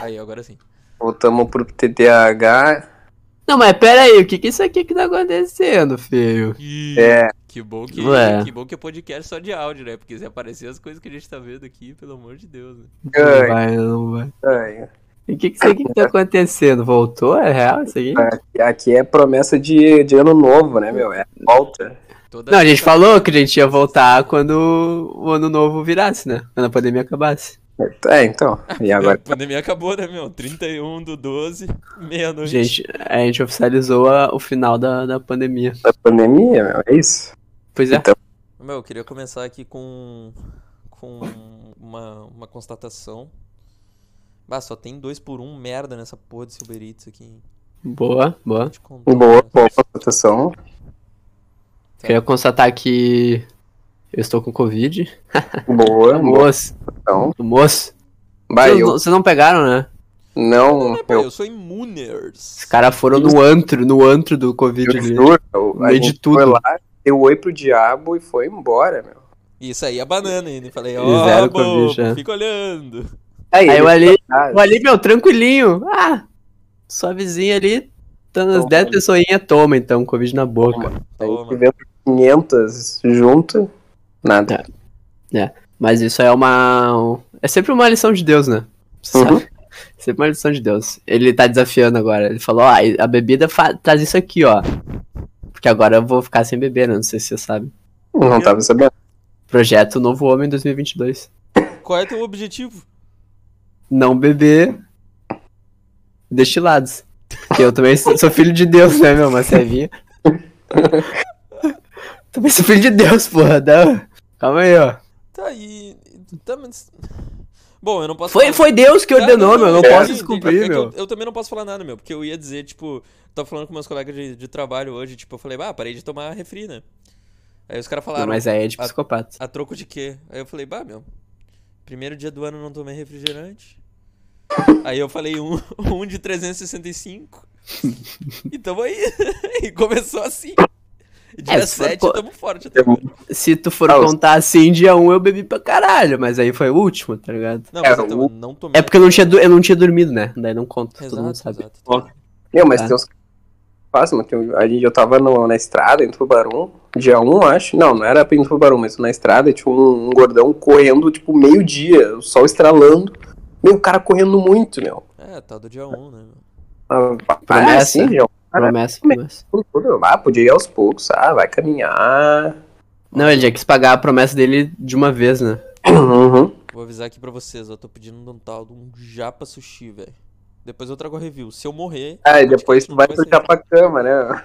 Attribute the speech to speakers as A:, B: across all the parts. A: Aí, agora sim.
B: Voltamos pro TTH.
C: Não, mas pera aí, o que que é isso aqui que tá acontecendo, filho?
B: É,
A: Que bom que,
C: Ué.
A: que bom que é podcast só de áudio, né? Porque se aparecer as coisas que a gente tá vendo aqui, pelo amor de Deus, né?
C: Não
B: ganha,
C: vai, não vai.
B: ganha.
C: E o que que isso aqui que tá acontecendo? Voltou? É real isso aqui?
B: Aqui- Aqui é promessa de, de ano novo, né, meu? É volta.
A: Toda
C: Não, a gente
A: sexta-
C: falou que a gente ia voltar quando o ano novo virasse, né? Quando a pandemia acabasse.
B: É, então. E
A: É, A
B: agora?
A: pandemia acabou, né, meu? 31 do 12, meia-noite.
C: Gente, a gente oficializou a- o final da, da pandemia.
B: Da tá pandemia, meu, é isso?
C: Pois é.
B: Então,
A: Meu, eu queria começar aqui com, com uma, uma constatação. Bah, só tem dois por um merda nessa porra desse Uber Eats aqui. hein?
C: Boa, boa.
A: Vou te contar, né?
B: boa,
A: cara.
B: boa constatação.
C: Queria constatar que eu estou com Covid.
B: Boa, boa
C: Moço,
B: constatação.
C: moço.
B: Então. Vai,
C: vocês,
B: eu
C: não, vocês não pegaram, né?
B: não,
A: É, pô,
B: eu
A: eu sou imuners.
C: Os caras foram no antro, no antro do Covid.
B: eu
C: ali.
B: juro, eu, a
C: meio de
B: gente
C: tudo.
B: foi lá, deu oi pro diabo e foi embora, meu.
A: Isso aí, a banana ainda. Falei, ó,
C: Eles eram
A: bobo,
C: Covid, né?
A: fica olhando.
C: Aí
B: ele-
C: eu ali,
B: Ah,
C: eu ali, meu, tranquilinho. Ah, sua vizinha ali, tá nas
B: Toma.
C: 10 pessoinhas, toma então, Covid na boca.
B: aí
A: Toma.
B: tivemos 500 junto,
C: Tá,
B: nada.
C: Mas isso é uma. um- É sempre uma lição de Deus, né? Você
B: Uhum.
C: sabe? Sempre uma lição de Deus. Ele tá desafiando agora. Ele falou: ó, a bebida fa- traz isso aqui, ó. Porque agora eu vou ficar sem beber, né? Não sei se você sabe.
B: Uhum. Não tava sabendo.
C: Projeto Novo Homem 2022.
A: Qual é teu objetivo?
C: Não beber destilados. Porque eu também sou sou filho de Deus, né, meu? Uma servinha. também sou filho de Deus, porra. dá- Calma aí, ó.
A: Tá aí. Tá, mas... Bom, eu não posso
C: Foi,
A: falar-
C: foi Deus que
A: Tá,
C: ordenou, meu. Eu não
A: entendi,
C: posso
A: entendi. É
C: descobrir,
A: que eu-
C: meu.
A: Eu, também não posso falar nada, meu, porque eu ia dizer, tipo, tava falando com meus colegas de, de trabalho hoje, tipo, eu falei, bah, parei de tomar refri, né? Aí os caras falaram,
C: Não, mas aí é de
A: a-
C: psicopata.
A: a troco de quê? Aí eu falei, bah, meu, primeiro dia do ano eu não tomei refrigerante. Aí eu falei um, um de 365. E tamo aí. E começou assim. E Dia
C: É, se for
A: 7
C: co-
A: tamo forte até agora.
C: Se tu for
B: Ah, os-
C: contar assim, dia 1 eu bebi pra caralho, mas aí foi o último, tá ligado?
A: Não, mas
B: É,
A: então,
B: o-
A: eu não tomei.
C: É porque eu não tinha, du- eu não tinha dormido, né? Daí não conta, todo mundo
A: Exato,
C: sabe.
A: exato.
B: Não, mas
C: Tá.
B: tem uns que passam, mas tem- um, a gente, eu tava no- na estrada, em Tubarão, dia 1, acho. Não, não era pra ir em Tubarão, mas na estrada, e tinha um, um gordão correndo, tipo, meio-dia, o sol estralando. Meu, o cara correndo muito, meu.
A: É, tá do dia 1, né? meu?
B: Ah,
C: Promessa.
B: ah, assim, já. Cara,
C: Promessa, promessa.
B: Ah, podia ir aos poucos, ah, vai caminhar.
C: Não, ele já quis pagar a promessa dele de uma vez, né?
B: Uhum.
A: Vou avisar aqui pra vocês, ó. Tô pedindo um tal de um japa sushi, velho. Depois eu trago a review. Se eu morrer.
B: Ah, e
A: o podcast
B: depois tu
A: não
B: vai pro
A: sair.
B: Chapacama, né?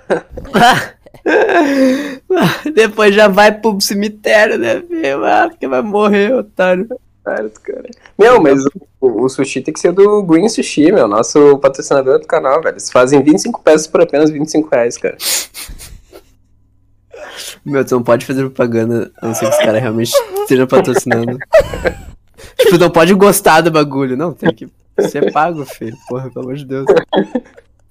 C: Depois já vai pro cemitério, né? filho? Ah, Porque vai morrer, otário.
B: Cara, tu Ah, cara. Meu, mas o, o sushi tem que ser do Green Sushi, meu, nosso patrocinador do canal, velho. Eles fazem 25 peças por apenas 25 reais, cara.
C: Meu, tu não pode fazer propaganda, a não ser que os caras realmente estejam patrocinando. tipo, não pode gostar do bagulho. Não, tem que ser pago, filho. Porra, pelo amor de Deus.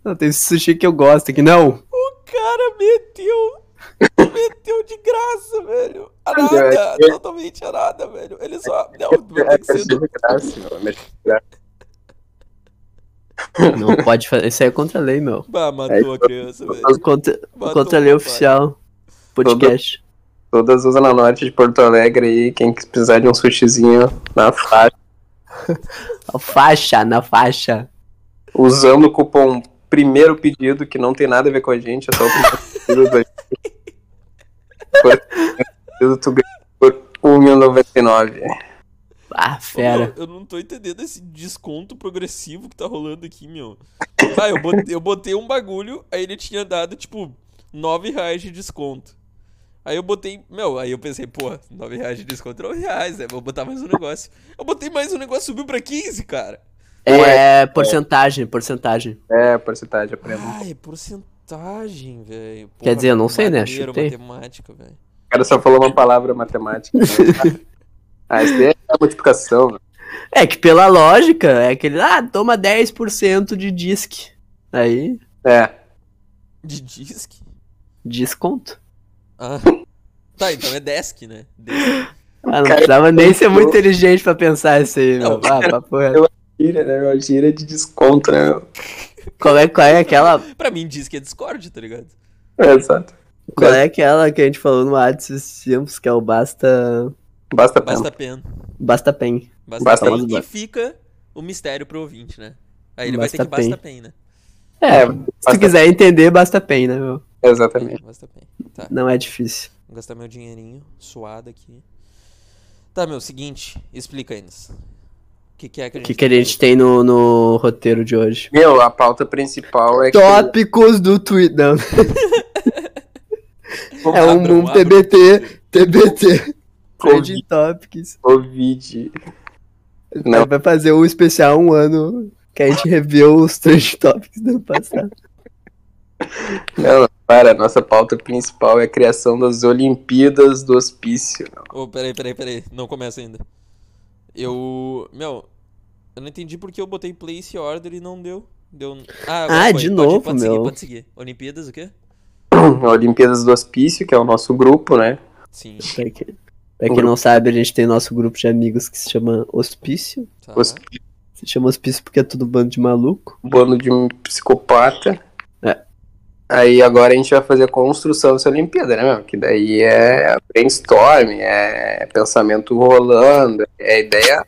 C: Não, tem sushi que eu gosto aqui. Não,
A: O cara meteu. meteu de graça, velho. A nada. Totalmente a nada, velho. Ele só. Não, vai ter que ser do-
B: de É, graça, meu. Merchan de graça.
C: não pode fazer. Isso aí é contra a lei, meu.
A: Bah, matou a criança, velho.
C: Contra,
A: Matou
C: contra
A: o
C: a lei
A: papai.
C: oficial. Podcast.
B: Toda Zona Norte de Porto Alegre aí, quem que precisar de um sushizinho na faixa,
C: A faixa, na faixa.
B: usando o cupom primeiro pedido, que não tem nada a ver com a gente, é só o primeiro pedido da gente. Por- pedido tu ganha por R$1,99.
C: Ah,
A: Ô, meu,
C: fera.
A: eu não tô entendendo esse desconto progressivo que tá rolando aqui, meu. Ah, eu botei, eu botei um bagulho, aí ele tinha dado, tipo, 9 reais de desconto. Aí eu botei, meu, aí eu pensei, pô, 9 reais de desconto, 9 reais, né? Vou botar mais um negócio. Eu botei mais um negócio, subiu pra 15, cara.
C: É porcentagem, porcentagem.
B: É, porcentagem, é prêmio.
A: Ai, porcentagem, velho.
C: Quer dizer, eu não sei, né?
A: maneiro,
C: Chutei.
A: matemática, velho.
B: O cara só falou uma palavra matemática. né? ah, isso daí é a multiplicação. né?
C: É que pela lógica, é aquele, ah, toma 10% de disque. Aí,
B: É.
A: De disque?
C: desconto.
A: Ah. Tá, então é desk, né? Desk.
C: Ah, não
B: Cara,
C: precisava nem ser
B: eu-
C: muito inteligente pra pensar isso aí, meu.
A: Não,
C: Ah, papo reto.
B: Gíria, né, meu? Gíria de desconto, né? meu?
C: Qual é, qual é aquela.
A: Pra mim diz que é Discord, tá ligado?
B: É, exato.
C: Qual é aquela que a gente falou no Whats esses tempos, que é o Basta.
B: Basta,
A: Basta pen.
C: Basta Pen.
A: Basta,
B: Basta
A: pen.
C: pen.
A: E fica o mistério pro ouvinte, né? Aí ele
C: Basta
A: vai ter que basta
C: pen.
A: pen, né?
B: É,
C: É, se tu quiser entender, Basta Pen, né, meu?
B: exatamente.
A: Basta pen. Tá.
C: Não é difícil.
A: Vou gastar meu dinheirinho suado aqui. Tá, meu, seguinte, explica aí, Inês. O que, que é que a
C: O
A: gente
C: que, que a gente tem no, no roteiro de hoje?
B: Meu, a pauta principal é que.
C: Tópicos do Twitter. Não, é um,
A: Abra,
C: um
A: abra.
C: TBT. TBT. Trending
B: Covid.
C: Topics.
B: Covid.
C: Não.
B: Não.
C: Vai fazer um especial um ano que a gente reviu os três topics do ano passado.
B: Não, não, para, nossa pauta principal é a criação das Olimpíadas do Hospício.
A: Ô, peraí, peraí, peraí. Não começa ainda. Eu. Meu, eu não entendi porque eu botei place order e não deu. Deu. Ah, agora
C: Ah,
A: foi. Pode-
C: de novo,
A: pode
C: meu.
A: Seguir, pode seguir. Olimpíadas, o quê?
B: A Olimpíadas do Hospício, que é o nosso grupo, né?
A: Sim.
C: Pra quem, pra quem não sabe, a gente tem nosso grupo de amigos que se chama Hospício.
A: Tá.
B: Hospício,
C: Se chama Hospício porque é tudo bando de maluco.
B: bando de um psicopata.
C: É.
B: Aí agora a gente vai fazer a construção dessa Olimpíada, né, meu? Que daí é brainstorm, é pensamento rolando, é ideia.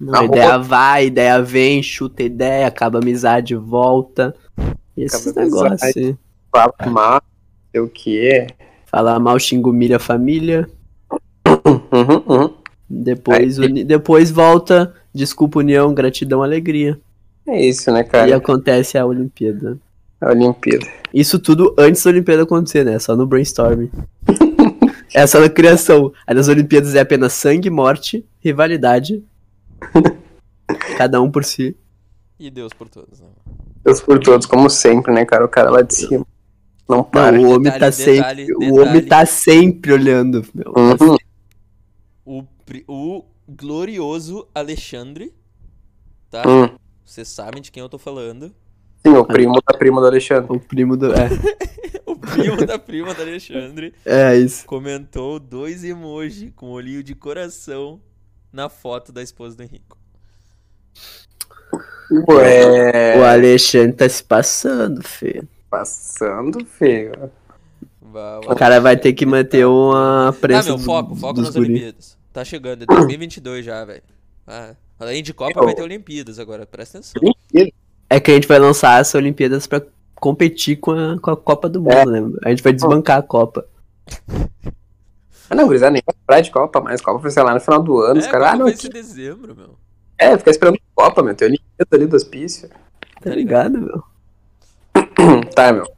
C: Não,
B: Arroba-
C: ideia vai, ideia vem, chuta ideia, acaba a amizade, volta. E esses
B: Acaba a amizade.
C: negócios. assim.
B: papo má, não sei o que.
C: Falar mal, xinga, humilha a família.
B: Uhum, uhum.
C: Depois, uni- depois volta, desculpa, união, gratidão, alegria.
B: É isso, né,
C: E
B: cara?
C: acontece a Olimpíada.
B: A Olimpíada.
C: Isso tudo antes da Olimpíada acontecer, né? Só no brainstorming. é só na criação. Aí nas Olimpíadas é apenas sangue, morte, rivalidade. Cada um por si.
A: E Deus por todos, né?
B: Deus por todos, como sempre, né, cara? O cara lá de cima. Não
C: Não,
B: para.
C: o homem
A: detalhe,
C: tá
A: detalhe,
C: sempre. O
A: detalhe.
C: homem tá sempre olhando, meu.
B: Uhum.
A: O, pri- o glorioso Alexandre. Tá?
B: Hum.
A: Vocês sabem de quem eu tô falando.
B: Sim, o primo da prima do Alexandre.
C: O primo do. É,
A: O primo da prima do Alexandre
C: é isso.
A: comentou dois emoji com olhinho de coração na foto da esposa do Henrico.
B: Ué, É,
C: O Alexandre tá se passando, filho.
B: passando, feio.
A: Vá,
C: O cara vai ter que manter uma
A: Tá,
C: prensa.
A: meu, foco,
C: do-
A: foco
C: dos
A: nas
C: guri.
A: Olimpíadas. Tá chegando, é 2022 já, velho. Ah, além de Copa,
B: Eu-
A: vai ter Olimpíadas agora, presta atenção.
C: É que a gente vai lançar as Olimpíadas pra competir com a, com a Copa do Mundo, né? A gente vai desbancar a Copa.
B: Ah, não, Grisá, nem vai lembrar de Copa mais. Copa foi, sei lá, no final do ano. os
A: é,
B: caras, ah,
A: agora
B: não.
A: vai ser dezembro, meu.
B: É, ficar esperando Copa, meu. Tem Olimpíada ali do hospício.
C: Tá ligado, meu?
B: tá, meu.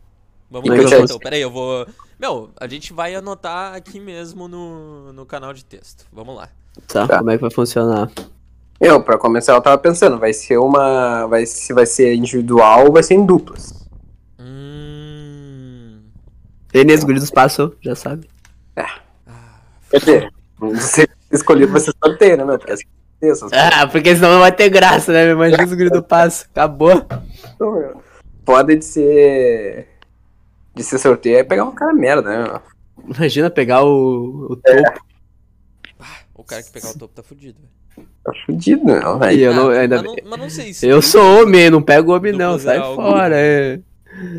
A: Vamos
B: Como
A: lá,
B: é que eu
A: então, peraí, eu vou... Meu, a gente vai anotar aqui mesmo no, no canal de texto. Vamos lá.
C: Tá,
B: Tá.
C: como é que vai funcionar?
B: Eu, pra começar, eu tava pensando, vai ser uma. Vai, se vai ser individual ou vai ser em duplas.
A: Hum...
C: Inês Guri dos Passos, já sabe.
A: Ah,
B: Quer dizer, você escolhido vai ser sorteio, né, meu? Porque essas- essas
C: Ah, porque senão não vai ter graça, né? Imagina os Guri do Passo. Acabou.
B: Então, meu, Foda de ser. De ser sorteio é pegar um cara merda, né, meu?
C: Imagina pegar o, o topo.
A: o cara que pegar o topo tá fudido, velho.
B: Tá fudido, meu. Aí
C: E eu não,
A: Ah,
C: ainda...
A: mas, não, mas não sei se...
C: eu sou homem, não pego homem
A: Duplo
C: não. Sai
A: zero, algo.
C: fora, é.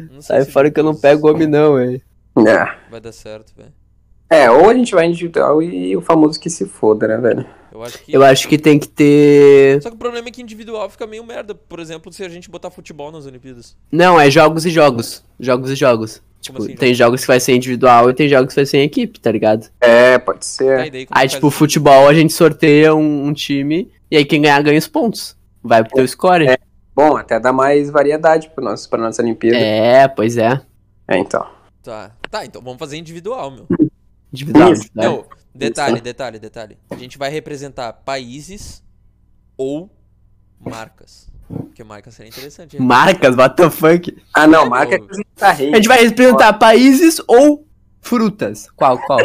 A: não sei
C: Sai
A: se
C: fora que eu não pego homem não, é.
B: É.
A: Vai dar certo, velho.
B: É, ou a gente vai individual e o famoso que se foda, né, velho?
A: Eu acho que...
C: Eu acho que tem que ter...
A: Só que o problema é que individual fica meio merda. Por exemplo, se a gente botar futebol nas Olimpíadas.
C: Não, é jogos e jogos. Jogos e jogos. Tipo,
A: assim,
C: tem jogos que vai ser individual e tem jogos que vai ser em equipe, tá ligado?
B: É, pode
A: Tá,
B: ser.
A: e daí como
C: Aí,
A: faz
C: tipo,
A: isso?
C: futebol a gente sorteia um, um time e aí quem ganhar ganha os pontos. Vai pro teu score.
B: Bom, até dá mais variedade pro nosso, pra nossa Olimpíada. É.
C: É, pois é.
B: então.
A: Tá. Tá, então vamos fazer individual, meu.
C: Individual.
B: Isso,
C: individual.
A: Não, detalhe, detalhe, detalhe. A gente vai representar países ou marcas. Porque marcas seria interessante. né?
C: Marcas, what the fuck?
B: Ah, não, marca
A: Ô,
B: que tá rei.
C: A gente vai representar países ou frutas. Qual, qual?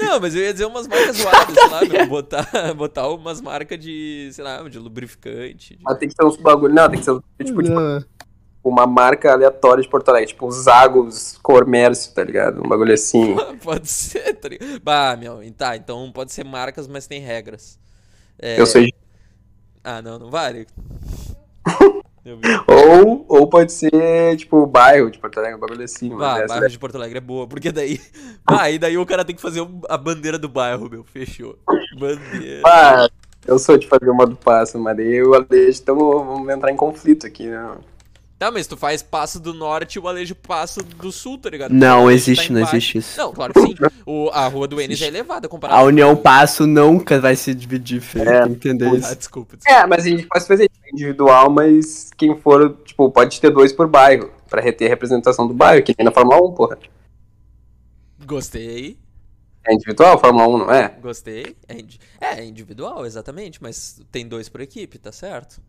A: Não, mas eu ia dizer umas marcas zoadas, sei lá, meu. Botar, botar umas marcas de, sei lá, de lubrificante. de-
B: Mas Ah, tem que ser uns bagulho. Não, tem que ser uns- tipo, tipo, uma marca aleatória de Porto Alegre. Tipo, os Zagos Comércio, tá ligado? Um bagulho assim.
A: Pode ser, tá ligado? Bah, meu. Tá, então pode ser marcas, mas tem regras. É,
B: Eu sou.
A: Ah, não, não vale. Eu vi.
B: Ou, ou pode ser, tipo, o bairro de Porto Alegre, um bagulho assim. Mas
A: Ah,
B: essa
A: bairro de Porto Alegre é boa, porque daí. Ah, e daí o cara tem que fazer um- a bandeira do bairro, meu. Fechou. Bandeira.
B: Ah, eu sou de fazer uma do passo, mas daí eu e o Alejo então vamos entrar em conflito aqui, né?
A: Tá, mas tu faz passo do norte e o Alejo passo do sul, tá ligado?
C: Não
A: Porque
C: existe, não
A: embaixo.
C: existe isso.
A: Não, claro que sim. O- a rua do Enes é elevada comparada
C: A União tá
A: com-
C: Passo nunca vai se dividir, Fê.
B: É.
C: Tem que entender
A: Ah,
C: isso.
A: desculpa, desculpa.
B: É, mas a gente pode fazer individual, mas quem for, tipo, pode ter dois por bairro, pra reter a representação do bairro, que nem na Fórmula 1, porra.
A: Gostei,
B: É individual, Fórmula 1, não é?
A: gostei. É, indi- é, é individual, exatamente, mas tem dois por equipe, tá certo?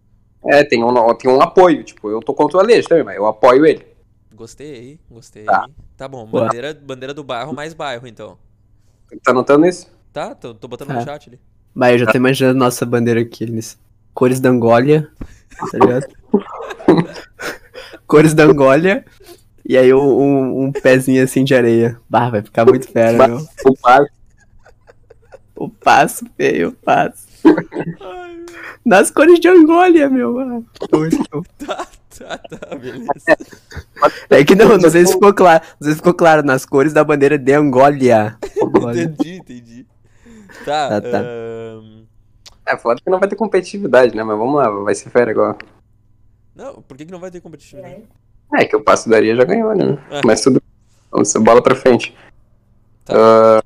B: É, tem um, tem um apoio, tipo, eu tô contra o Alejo também, mas eu apoio ele.
A: Gostei, gostei. Tá,
B: Tá.
A: bom,
C: Boa.
A: bandeira, bandeira do bairro mais bairro, então.
B: Tá anotando isso?
A: Tá? Tô, tô botando
C: Tá.
A: no chat ali.
C: Mas eu já tô imaginando a nossa bandeira aqui, eles. Cores da Angólia, tá ligado? Cores da Angólia. E aí um, um, um pezinho assim de areia. Bah, vai ficar muito fera, meu.
B: O bairro,
C: O passo, feio, o passo. Nas cores de Angólia, meu. Ah, doido.
A: Tá, tá, tá, beleza.
C: É que não, não sei se ficou claro. Não sei se ficou claro. Nas cores da bandeira de Angólia. Angólia.
A: Entendi, entendi. Tá,
C: Tá, tá.
A: ahn,
B: é, falaram que não vai ter competitividade, né? Mas vamos lá, vai ser fera agora.
A: Não, por que, que não vai ter né? competitividade?
B: É, que o passo daria já ganhou, né?
A: É.
B: Mas tudo bem. Vamos bola pra frente.
A: Tá.
B: Ah,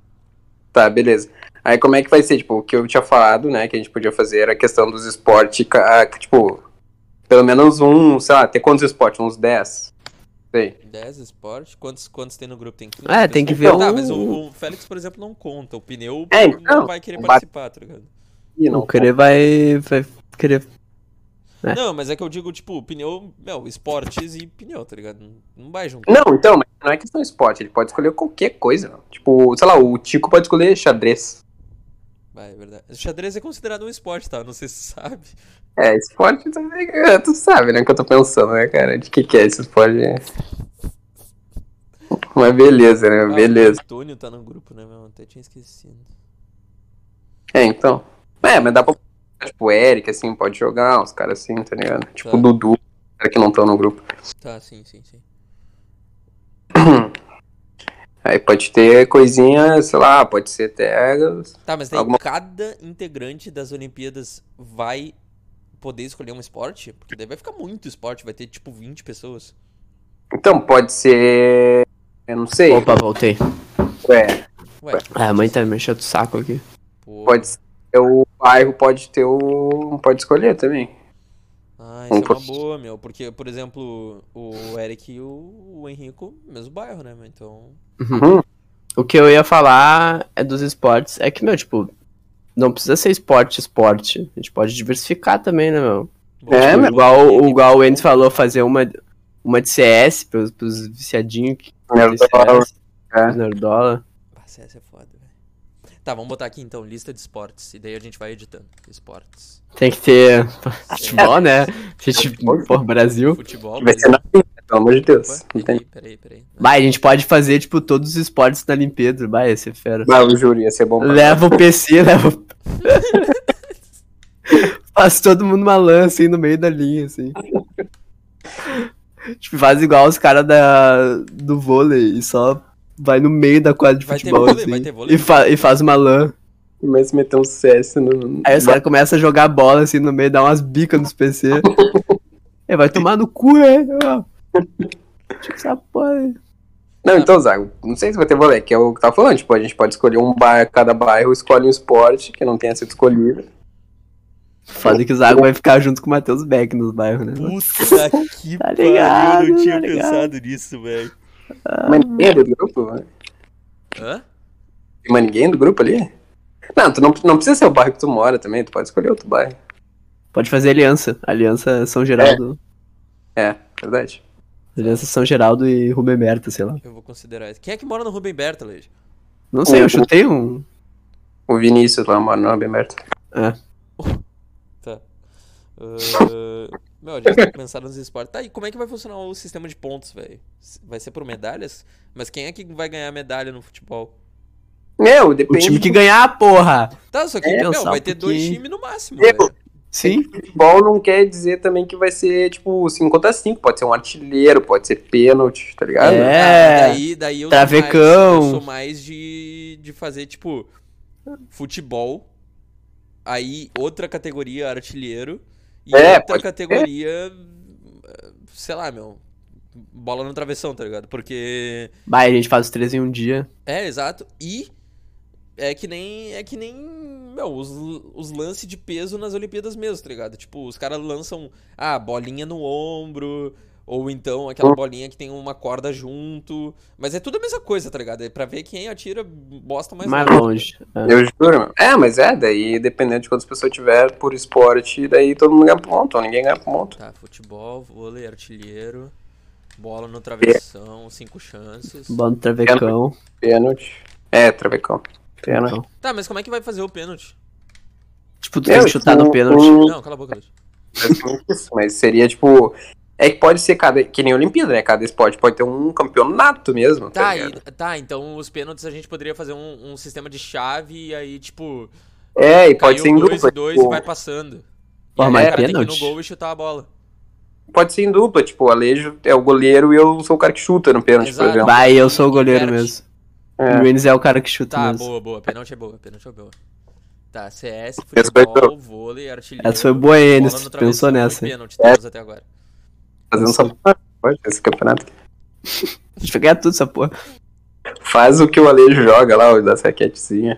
B: tá, beleza. Aí como é que vai ser? Tipo, o que eu tinha falado, né, que a gente podia fazer era a questão dos esportes, ca- tipo, pelo menos um, sei lá, ter quantos esportes? Uns 10? Sei.
A: 10 esporte? Quantos, quantos tem no grupo? Tem 15
C: É, tem que
A: pessoas?
C: ver
A: Tá,
C: o-
A: mas o, o Félix, por exemplo, não conta. O pneu
B: É,
A: não
B: então,
A: vai
C: um
A: querer
B: o bate-
A: participar, tá ligado?
B: Ih,
C: Não, querer vai. Vai querer. É.
A: Não, mas é que eu digo, tipo, pneu, meu, esportes e pneu, tá ligado? Não- Não vai juntar.
C: Hum.
B: Não, então, mas não é questão de esporte, ele pode escolher qualquer coisa. Tipo, sei lá, o Tico pode escolher xadrez.
A: Vai, é verdade. Xadrez é considerado um esporte, tá? Não sei se sabe.
B: É, esporte, tu, é, tu sabe, né, o que eu tô pensando, né, cara? De que que é esse esporte? é. Mas beleza,
A: Ah,
B: né, beleza.
A: O Antônio tá no grupo, né, meu? Até tinha esquecido.
B: É, então. É, mas dá pra. Tipo, o Eric, assim, pode jogar, os caras assim, tá ligado? Tipo,
A: Tá.
B: o Dudu, os caras que não estão no grupo.
A: Tá, sim, sim, sim.
B: Aí pode ter coisinha, sei lá, pode ser até.
A: Tá, mas daí
B: Alguma-
A: cada integrante das Olimpíadas vai poder escolher um esporte? Porque daí vai ficar muito esporte, vai ter tipo 20 pessoas.
B: Então, pode ser. Eu não sei.
C: Opa, voltei.
B: É,
A: Ué,
C: Ah, a mãe tá me enchendo o saco aqui.
A: pô.
B: pode ser. é O bairro pode ter o. Pode escolher também.
A: Ah, isso é uma
B: Opa.
A: boa, meu. Porque, por exemplo, o Eric e o o Henrico, mesmo bairro, né, meu? Então.
B: Uhum.
C: O que eu ia falar é dos esportes. É que, meu, tipo, não precisa ser esporte, esporte. A gente pode diversificar também, né, meu?
A: bom,
B: É,
A: tipo,
B: meu.
C: Igual,
A: Olimpíada,
C: igual o Enes falou, fazer uma, uma de CS pros, pros viciadinhos que
B: Nerdola, é.
C: pros nerdola.
A: Ah, CS é foda, velho. Tá, vamos botar aqui então, lista de esportes. E daí a gente vai editando. Esportes.
C: Tem que ter futebol, né? Gente, pô, Brasil.
A: Futebol.
B: Vai ser na pelo amor de Deus.
A: Opa,
B: Não tem.
A: peraí, peraí, peraí.
C: Vai, a gente pode fazer, tipo, todos os esportes na Olimpíada. Vai, ia ser fera.
B: Bah, eu juro, ia ser bom. pra-
C: Leva o PC, leva. o- faz todo mundo uma lança assim no meio da linha, assim. Tipo, faz igual os caras da... do vôlei e só vai no meio da quadra de
A: Vai ter
C: futebol.
A: vôlei,
C: assim,
A: vai ter vôlei.
C: E, fa- e faz uma lã.
B: Mas meter um CS no.
C: Aí os caras começam a jogar bola assim no meio, dar umas bicas nos PC. e vai tomar no cu, é. ó. Tipo, essa porra aí.
B: Não, então, Zago, não sei se vai ter vôlei, que é o que tava falando, tipo, a gente pode escolher um bairro, cada bairro escolhe um esporte que não tenha sido escolhido.
C: Foda que o Zago vai ficar junto com o Matheus Beck nos bairros, né?
A: Puta que
C: Tá
A: pariu, eu não
C: ligado,
A: tinha
C: tá ligado.
A: pensado nisso, velho.
B: Mas ninguém é do grupo, né?
A: Hã?
B: Tem mais ninguém do grupo ali? Não, tu não, não precisa ser o bairro que tu mora também, tu pode escolher outro bairro.
C: Pode fazer aliança. Aliança São Geraldo.
B: É, verdade.
A: É.
C: Aliança São Geraldo e Rubem Berta, sei lá.
A: Eu vou considerar isso. Quem é que mora no Rubem Berta, Leite?
C: Não sei, eu chutei um.
B: O Vinícius lá mora é no Aberto.
A: Tá. Ah, meu, a gente tem que pensar nos esportes. Tá, e como é que vai funcionar o sistema de pontos, velho? Vai ser por medalhas? Mas quem é que vai ganhar medalha no futebol?
B: Meu,
C: O
B: depende.
C: time que ganhar, porra!
A: Tá, só que
C: É,
A: meu,
C: pensar
A: vai
C: um
A: ter dois
C: pouquinho.
A: times no máximo,
B: É,
A: velho.
C: Sim.
B: Futebol não quer dizer também que vai ser, tipo, 5 contra 5. Pode ser um artilheiro, pode ser pênalti, tá ligado?
C: É.
A: Ah, daí, daí eu sou mais-
C: Travecão.
A: eu sou mais de, de fazer, tipo, futebol. Aí outra categoria, artilheiro. E
B: É,
A: outra
B: pode
A: categoria. eh, Sei lá, meu. Bola no travessão, tá ligado? Porque.
C: Vai, a gente faz os três em um dia.
A: É, exato. E é que nem. É que nem. Meu, os, os lances de peso nas Olimpíadas mesmo, tá ligado? Tipo, os caras lançam. Ah, bolinha no ombro. Ou então aquela bolinha que tem uma corda junto. Mas é tudo a mesma coisa, tá ligado? É pra ver quem atira bosta mais
C: Mais
A: longe.
C: longe. É.
B: Eu juro, meu. É, mas é, daí dependendo de quantas pessoas tiver por esporte, daí todo mundo ganha ponto, ou ninguém ganha ponto.
A: Tá, futebol, vôlei, artilheiro. Bola no travessão, cinco chances.
C: Bola no travecão.
B: Pênalti. É, Travecão. Pênalti.
C: Então,
A: Tá, mas como é que vai fazer o pênalti?
C: Tipo, tu tem que
B: Meu,
C: chutar no
B: tipo,
C: pênalti.
B: um-
A: Não, cala a boca, Luiz.
B: basicamente É isso, mas seria tipo. É que pode ser cada. Que nem a Olimpíada, né? Cada esporte pode ter um campeonato mesmo. Tá,
A: Tá, e-
B: ligado?
A: tá, então os pênaltis a gente poderia fazer um, um sistema de chave e aí, tipo,
B: É, e pode ser em
A: Caiu dois
B: dupla.
A: e dois
B: tipo,
A: e vai passando.
C: Pô,
A: e aí
C: mas
A: o cara tem que ir
C: pênalti?
A: no gol e chutar a bola.
B: Pode ser em dupla, tipo, o Alejo é o goleiro e eu sou o cara que chuta no pênalti,
A: Exato.
B: por exemplo.
C: Vai, eu sou o goleiro
A: Inverte.
C: mesmo. O Nunes é o cara que chuta
A: Tá,
C: mesmo.
A: boa, boa. Pênalti é boa, pênalti é boa. Tá, CS,
B: Essa foi
A: futebol, vôlei, artilheiro.
C: Essa foi boa,
A: bola
C: Enes.
A: no
C: Tu
A: travessão
C: pensou
A: e
C: nessa. É.
A: Pênalti, temos até agora.
B: Fazendo essa pode esse campeonato. aqui.
C: A gente vai ganhar tudo essa porra.
B: Faz o que o Alejo joga lá, o das raquetezinhas.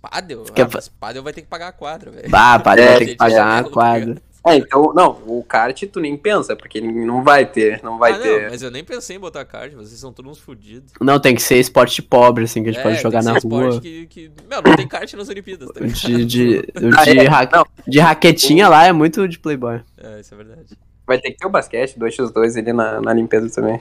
A: Padel?
C: Quer
A: Ah,
C: fa-
A: mas padel vai ter que pagar a quadra, velho.
C: Ah, pá,
B: É,
C: vai ter que
A: gente,
C: pagar
A: já- né?
C: a quadra.
A: Ah,
B: É, então, não, o kart tu nem pensa, porque não vai ter, não vai
A: ah,
B: ter.
A: não, mas eu nem pensei em botar card, vocês são todos uns fodidos.
C: Não, tem que ser esporte pobre, assim, que a gente pode
A: É, tem
C: jogar
A: que
C: na
A: ser esporte
C: rua.
A: Que, que... Meu, não tem kart nas Olimpíadas, tá
C: O
A: ligado?
C: De, de, o
B: Ah,
C: de,
B: é,
C: ra-
B: não.
C: de raquetinha lá é muito de playboy.
A: É, isso é verdade.
B: Vai ter que ter o basquete 2x2 ali na, na limpeza também.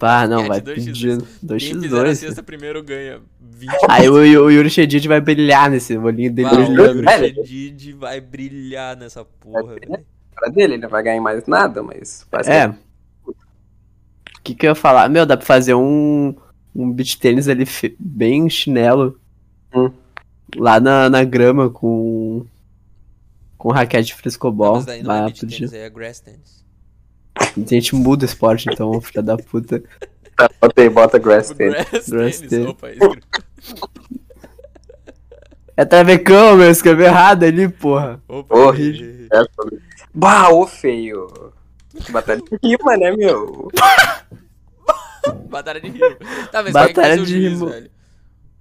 C: Ah, não, vai
A: Basquete, 2x2.
C: pedindo.
A: Quem fizer na
C: 2x2.
A: sexta primeiro ganha 20
C: Aí o, o Yuri Shedid vai brilhar nesse olhinho dele.
A: Bah, o
C: brilhando.
A: Yuri
B: Velho.
A: Shedid vai brilhar nessa porra, velho.
B: Pra dele, ele não vai ganhar em mais nada, mas o
C: É.
B: basquete
C: O que, que eu ia falar? Meu, dá pra fazer um, um beat tênis ali fe- bem chinelo.
B: Hum.
C: Lá na, na grama com. Com raquete de frescobol.
A: mas daí não é
C: Bah,
A: beach
C: podia-
A: tennis, é grass tennis.
C: A gente muda o esporte então, filha da puta.
B: Tá, bota aí, bota grass
A: Tipo,
B: tape.
A: Grass,
C: Grass
A: tennis,
C: tennis.
A: opa, escre-
C: É travecão, meu, escreveu errado ali, porra.
A: opa.
B: Porra,
A: eh,
B: É, sobre- bah, ô feio. Batalha de rima, né, meu?
A: Batalha de rima. Tá, mas Batalha
C: Batalha
A: de
C: de
A: juiz,
C: rima.
A: velho.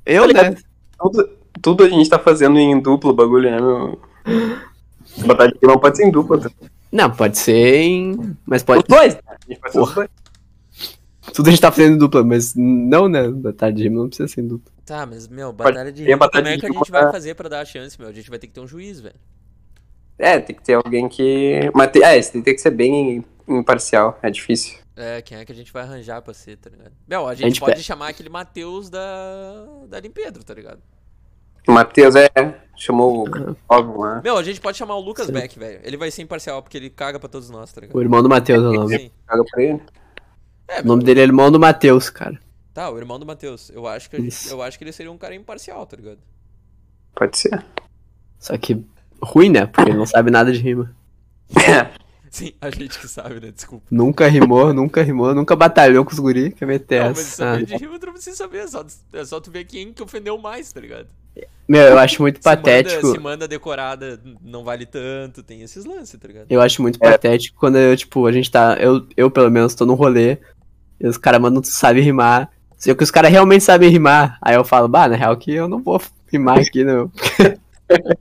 C: Eu, né?
B: Tudo, tudo a gente tá fazendo em duplo o bagulho, né, meu? Batalha de rima pode ser em dupla. tá?
C: Não, pode ser em. Mas
B: Os
C: pode.
B: dois, né? A gente pode ser os
C: Porra.
B: dois.
C: Tudo a gente tá fazendo em dupla, mas não, né? Da tarde de rima não precisa ser em dupla.
A: Tá, mas, meu, batalha de
B: E a
A: rima,
B: batalha
A: como é
B: de
A: que a
B: rima
A: gente
B: tá-
A: vai fazer pra dar a chance, meu? A gente vai ter que ter um juiz, velho.
B: É, tem que ter alguém que. Mas tem, é, esse tem que ser bem imparcial, é difícil.
A: É, quem é que a gente vai arranjar pra ser, tá ligado? Meu, a gente,
C: gente
A: pode
C: pe-
A: chamar aquele Matheus da... da Limpedro, tá ligado?
B: O Matheus é. Chamou o Óbvio, né?
A: Meu, a gente pode chamar o Lucas
C: Sim.
A: Beck, velho. Ele vai ser imparcial, porque ele caga pra todos nós, tá ligado?
C: O irmão do Matheus é o nome.
A: Sim.
B: Joga pra ele.
A: É,
C: O nome dele é irmão do Matheus, cara.
A: Tá, o irmão do Matheus. Eu acho que a gente-
C: Isso.
A: eu acho que ele seria um cara imparcial, tá ligado?
B: Pode ser.
C: Só que ruim, né? Porque ele não sabe nada de rima.
A: Sim, a gente que sabe, né? Desculpa.
C: Nunca rimou, nunca rimou, nunca batalhou com os guri, que é meter
A: Não, mas
C: essa.
A: saber de rima tu não precisa saber, é só, é só tu ver quem que ofendeu mais, tá ligado?
C: Meu, eu acho muito
A: Se manda- Se
C: patético.
A: manda, decorada, não vale tanto, tem esses lances, tá ligado?
C: Eu acho muito
B: É.
C: patético quando eu, tipo, a gente tá. Eu, eu pelo menos, tô num rolê. E os caras mandam, tu sabe rimar. Só que os caras realmente sabem rimar. Aí eu falo, bah, na real que eu não vou rimar aqui, não.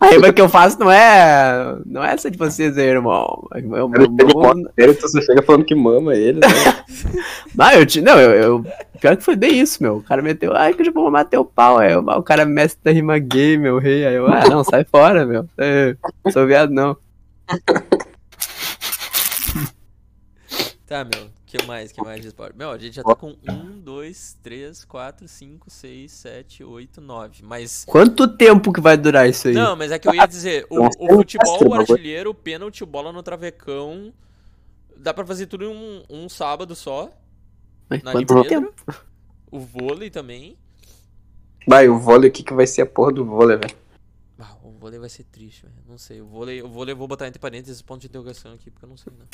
C: A rima que eu faço não é. Não é essa de vocês aí, irmão. Eu, eu,
B: Ele chega
C: eu-
B: falando dele, tu só chega falando que mama ele, né?
C: Não, Ah, eu te. Não, eu, eu- Pior que foi bem isso, meu. O cara meteu, ai, que eu já vou matar o pau. Aí eu, "Ah, o cara mestre da rima gay, meu rei. Aí eu, ah, não, sai fora, meu. É, Sou viado, não.
A: Tá, meu, que mais, que mais de esporte? Meu, a gente já tá com 1, 2, 3, 4, 5, 6, 7, 8, 9. Mas.
C: Quanto tempo que vai durar isso aí?
A: Não, mas é que eu ia dizer, o,
B: Nossa,
A: o futebol, o
B: eu não gosto.
A: artilheiro, o pênalti, o bola no travecão. Dá pra fazer tudo em um, um sábado só.
C: Mas
A: Na
C: quanto
A: Olimpíada?
C: tempo?
A: O vôlei também.
B: Vai, o vôlei, o que, que vai ser a porra do vôlei, velho?
A: Ah, o vôlei vai ser triste, velho. Não sei. O vôlei, o vôlei eu vou botar entre parênteses esse ponto de interrogação aqui, porque eu não sei, né? não.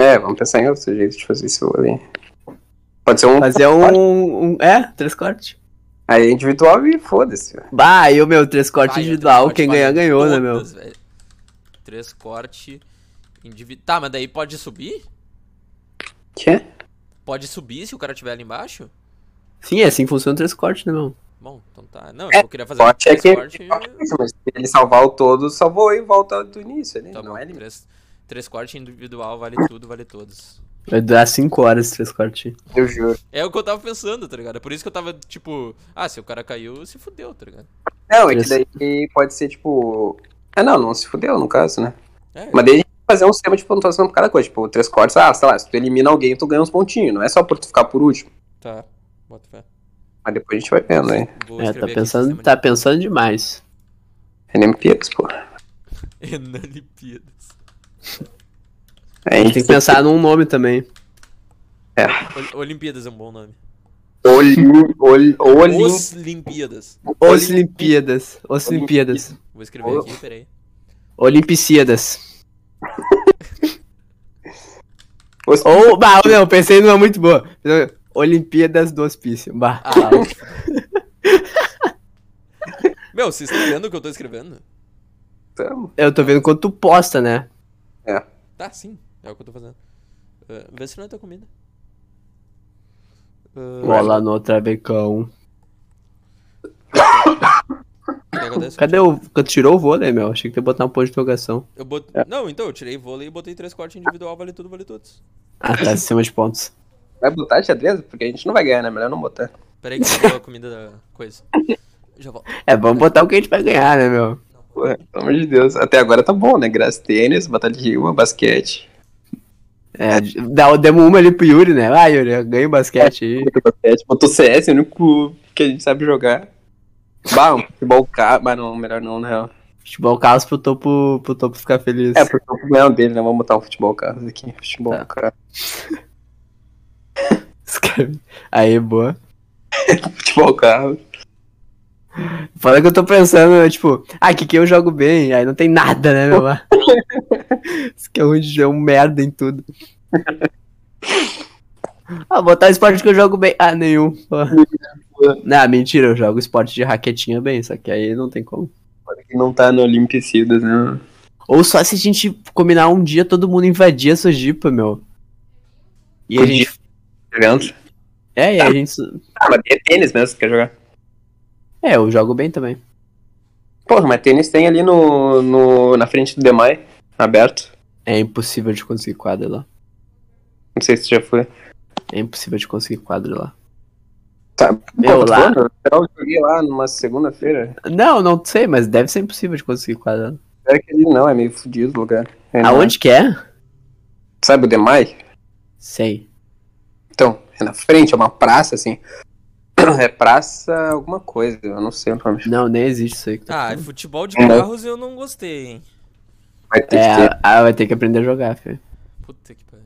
B: É, vamos pensar em outro jeito de fazer isso ali. Pode ser um.
C: Fazer um, um- É, três cortes.
B: Aí é individual e foda-se. velho.
C: Bah, eu, meu, três cortes
A: Vai,
C: individual.
A: três
C: Quem
A: corte
C: ganhar,
A: para
C: ganhou, né, meu?
A: todas, velho. Três corte individual. Tá, mas daí pode subir?
B: Quê?
A: Pode subir se o cara tiver ali embaixo?
C: Sim, é assim que funciona o três cortes, né, meu?
A: Bom, então tá. Não, eu queria fazer um
B: Corte é
A: três
B: que.
A: corte.
B: Mas se ele salvar o todo, salvou e volta do início ali.
A: Tá
B: não
A: bom,
B: é limite.
A: três, três corte individual, vale tudo, vale todos.
C: Vai durar É cinco horas esse três cortes.
B: Eu juro.
A: É o que eu tava pensando, tá ligado? É Por isso que eu tava, tipo, ah, se o cara caiu, se fudeu, tá ligado?
B: Não, é que daí pode ser tipo. Ah, não, não se fudeu no caso, né?
A: É,
B: Mas daí a gente tem que fazer um sistema de pontuação pra cada coisa. Tipo, três cortes, ah, sei lá, se tu elimina alguém, tu ganha uns pontinhos. Não é só por tu ficar por último.
A: tá. Bota fé.
B: Mas depois a gente vai vendo, hein?
A: Vou
C: É,
A: escrever
C: tá
A: aqui
C: pensando,
A: sistema
C: tá pensando demais.
B: NMPX, pô.
A: de- Enalipidas.
B: Aí a gente
C: Tem que pensar num nome também.
A: Ol- Olimpíadas é um bom nome.
B: Olim, ol, olim,
A: Os Olimpíadas.
C: Os Olimpíadas. Os Olimpíadas.
A: Vou escrever
B: Ô.
A: aqui, peraí.
C: Olimpíadas.
B: os-
C: Ou, bah, não, pensei numa muito boa. Olimpíadas do Hospício. Bah.
A: Ah. Meu, vocês estão vendo o que eu tô escrevendo?
B: Tamo.
C: Eu tô vendo quanto tu posta, né?
A: Tá, sim. É o que eu tô fazendo. Ah, vê se não é tua comida. Ah,
C: Bola no Trabecão.
A: o que acontece?
C: Cadê o. Tu tirou o vôlei, meu? Achei que tu ia botar um ponto de interrogação.
A: Eu bot...
B: É.
A: Não, então, eu tirei vôlei e botei três cortes individual, vale tudo, vale todos.
C: Ah, tá, acima de pontos.
B: Vai botar xadrez? Porque a gente não vai ganhar, né? Melhor não botar.
A: Peraí que chegou a comida da coisa. Já volto.
C: É, vamos botar o que a gente vai ganhar, né, meu?
B: Porra, pelo amor de Deus. Até agora tá bom, né? Graças tênis, batalha de rima, basquete.
C: É, dá- demos uma ali pro Yuri, né? Ah, Yuri, ganha o basquete aí.
B: Muito basquete. Botou CS, o único que a gente sabe jogar. Bah, um futebol caro. Mas não, melhor não, na real.
C: Futebol caos pro topo, pro topo ficar feliz.
B: É, porque eu ganhar um dele, né? Vamos botar um futebol caro aqui. Futebol
C: Tá.
B: caro.
C: Escreve. Aí, boa.
B: Futebol caro.
C: Fala que eu tô pensando, tipo, ah, que que eu jogo bem, aí não tem nada, né, meu? Isso que é um, é um merda em tudo. Ah, botar esporte que eu jogo bem. Ah, nenhum. pô. Não, mentira, eu jogo esporte de raquetinha bem, só que aí não tem como.
B: Que não tá no Olimpicidas, né?
C: Ou só se a gente combinar um dia todo mundo invadir a Sojipa, meu. E a
B: Podia.
C: gente.
B: Evento.
C: É, e a gente.
B: Tá Ah, mas é tênis mesmo, que quer jogar.
C: É, eu jogo bem também.
B: Porra, mas tênis tem ali no, no, na frente do Demai, aberto.
C: É impossível de conseguir quadra lá.
B: Não sei se já foi.
C: É impossível de conseguir quadra lá.
B: Tá,
C: Meu,
B: Pô, tô
C: lá-
B: falando, Eu joguei lá numa segunda-feira.
C: Não, não sei, mas deve ser impossível de conseguir quadra lá.
B: Pior que ele não, é meio fudido o lugar. É, não.
C: Aonde que é?
B: Sabe o Demai?
C: Sei.
B: Então, é na frente, é uma praça, assim. É praça alguma coisa, eu não sei o nome.
C: Não, nem existe isso aí. que tu
A: Ah,
C: falando.
A: futebol de
B: Não.
A: carros eu não gostei, hein.
B: Vai ter
C: é,
B: que ter.
C: ah, vai ter que aprender a jogar, filho.
A: Puta que pariu.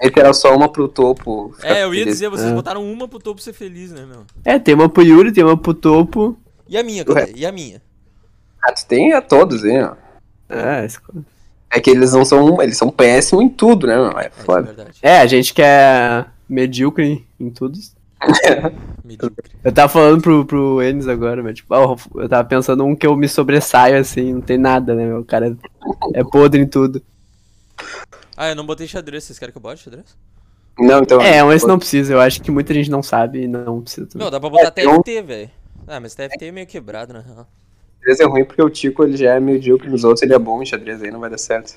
B: Literal, só uma pro topo.
A: É, eu ia dizer, vocês
C: Ah.
A: botaram uma pro topo ser feliz, né, meu?
C: É, tem uma pro Yuri, tem uma pro Topo.
A: E a minha, cadê? E a minha? É,
B: Ah, tu tem a todos, hein, ó.
C: É, esse co-
B: É que eles não são. Eles são péssimos em tudo, né? Não, é
A: É,
B: foda.
A: de verdade.
C: é a gente que é medíocre em tudo.
B: É.
A: Medíocre.
C: Eu tava falando pro, pro Enes agora, mas tipo, ah, eu- eu tava pensando um que eu me sobressaio, assim, não tem nada, né, meu? O cara é, é podre em tudo.
A: Ah, eu não botei xadrez. Vocês querem que eu bote xadrez?
B: Não, então.
C: É, mas esse não precisa, eu acho que muita gente não sabe e não precisa também.
A: Meu, dá pra botar
B: tem um-
A: TFT, velho. Ah, mas TFT é meio quebrado, na real.
B: Xadrez é ruim porque o Tico ele já é medíocre nos outros, ele é bom em xadrez, aí não vai dar certo.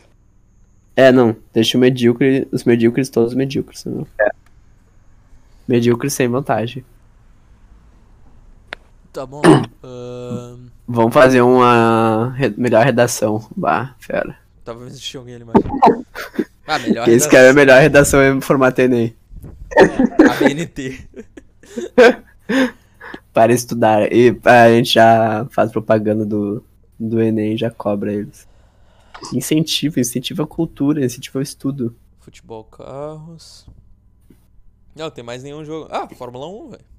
C: É, não, deixa o medíocre, os medíocres todos medíocres, né, meu? Medíocres sem vantagem.
A: Tá bom. Ahn,
C: Vamos fazer uma re- melhor redação. Bah, fera.
A: Tava vendo se tinha alguém ali mais. Ah, melhor
C: Porque esse
A: redação.
C: cara é a melhor redação em formato Enem.
B: é
A: A BNT.
C: Para estudar. E a gente já faz propaganda do, do Enem e já cobra eles. Incentiva, incentiva a cultura, incentiva o estudo.
A: Futebol, carros. Não, tem mais nenhum jogo. Ah, Fórmula 1, velho.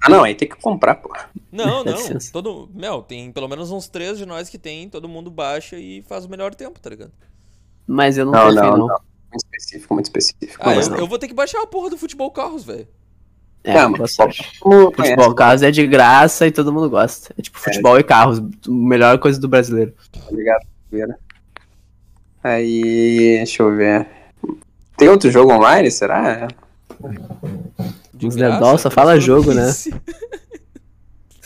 B: Ah, não, aí tem que comprar, pô.
A: Não,
B: É
C: Dá
A: não.
C: licença.
A: Todo, meu, tem pelo menos uns três de nós que tem, todo mundo baixa e faz o melhor tempo, tá ligado?
C: Mas eu não,
B: Não,
C: confio,
B: não, não.
C: não.
B: Muito específico, muito específico.
A: Ah,
B: mas
A: eu,
B: não.
A: eu vou ter que baixar a porra do futebol carros, velho.
C: É,
B: Tá,
C: não
B: mas
C: gosto.
B: futebol- Não conhece.
C: Futebol, carros é de graça e todo mundo gosta. É tipo futebol e carros, a melhor coisa do brasileiro.
B: Obrigado, Vieira. Aí, deixa eu ver. Tem outro jogo online,
A: De
B: será? né,
C: Os
A: graça,
C: nerdola só fala jogo, né?
A: transformice.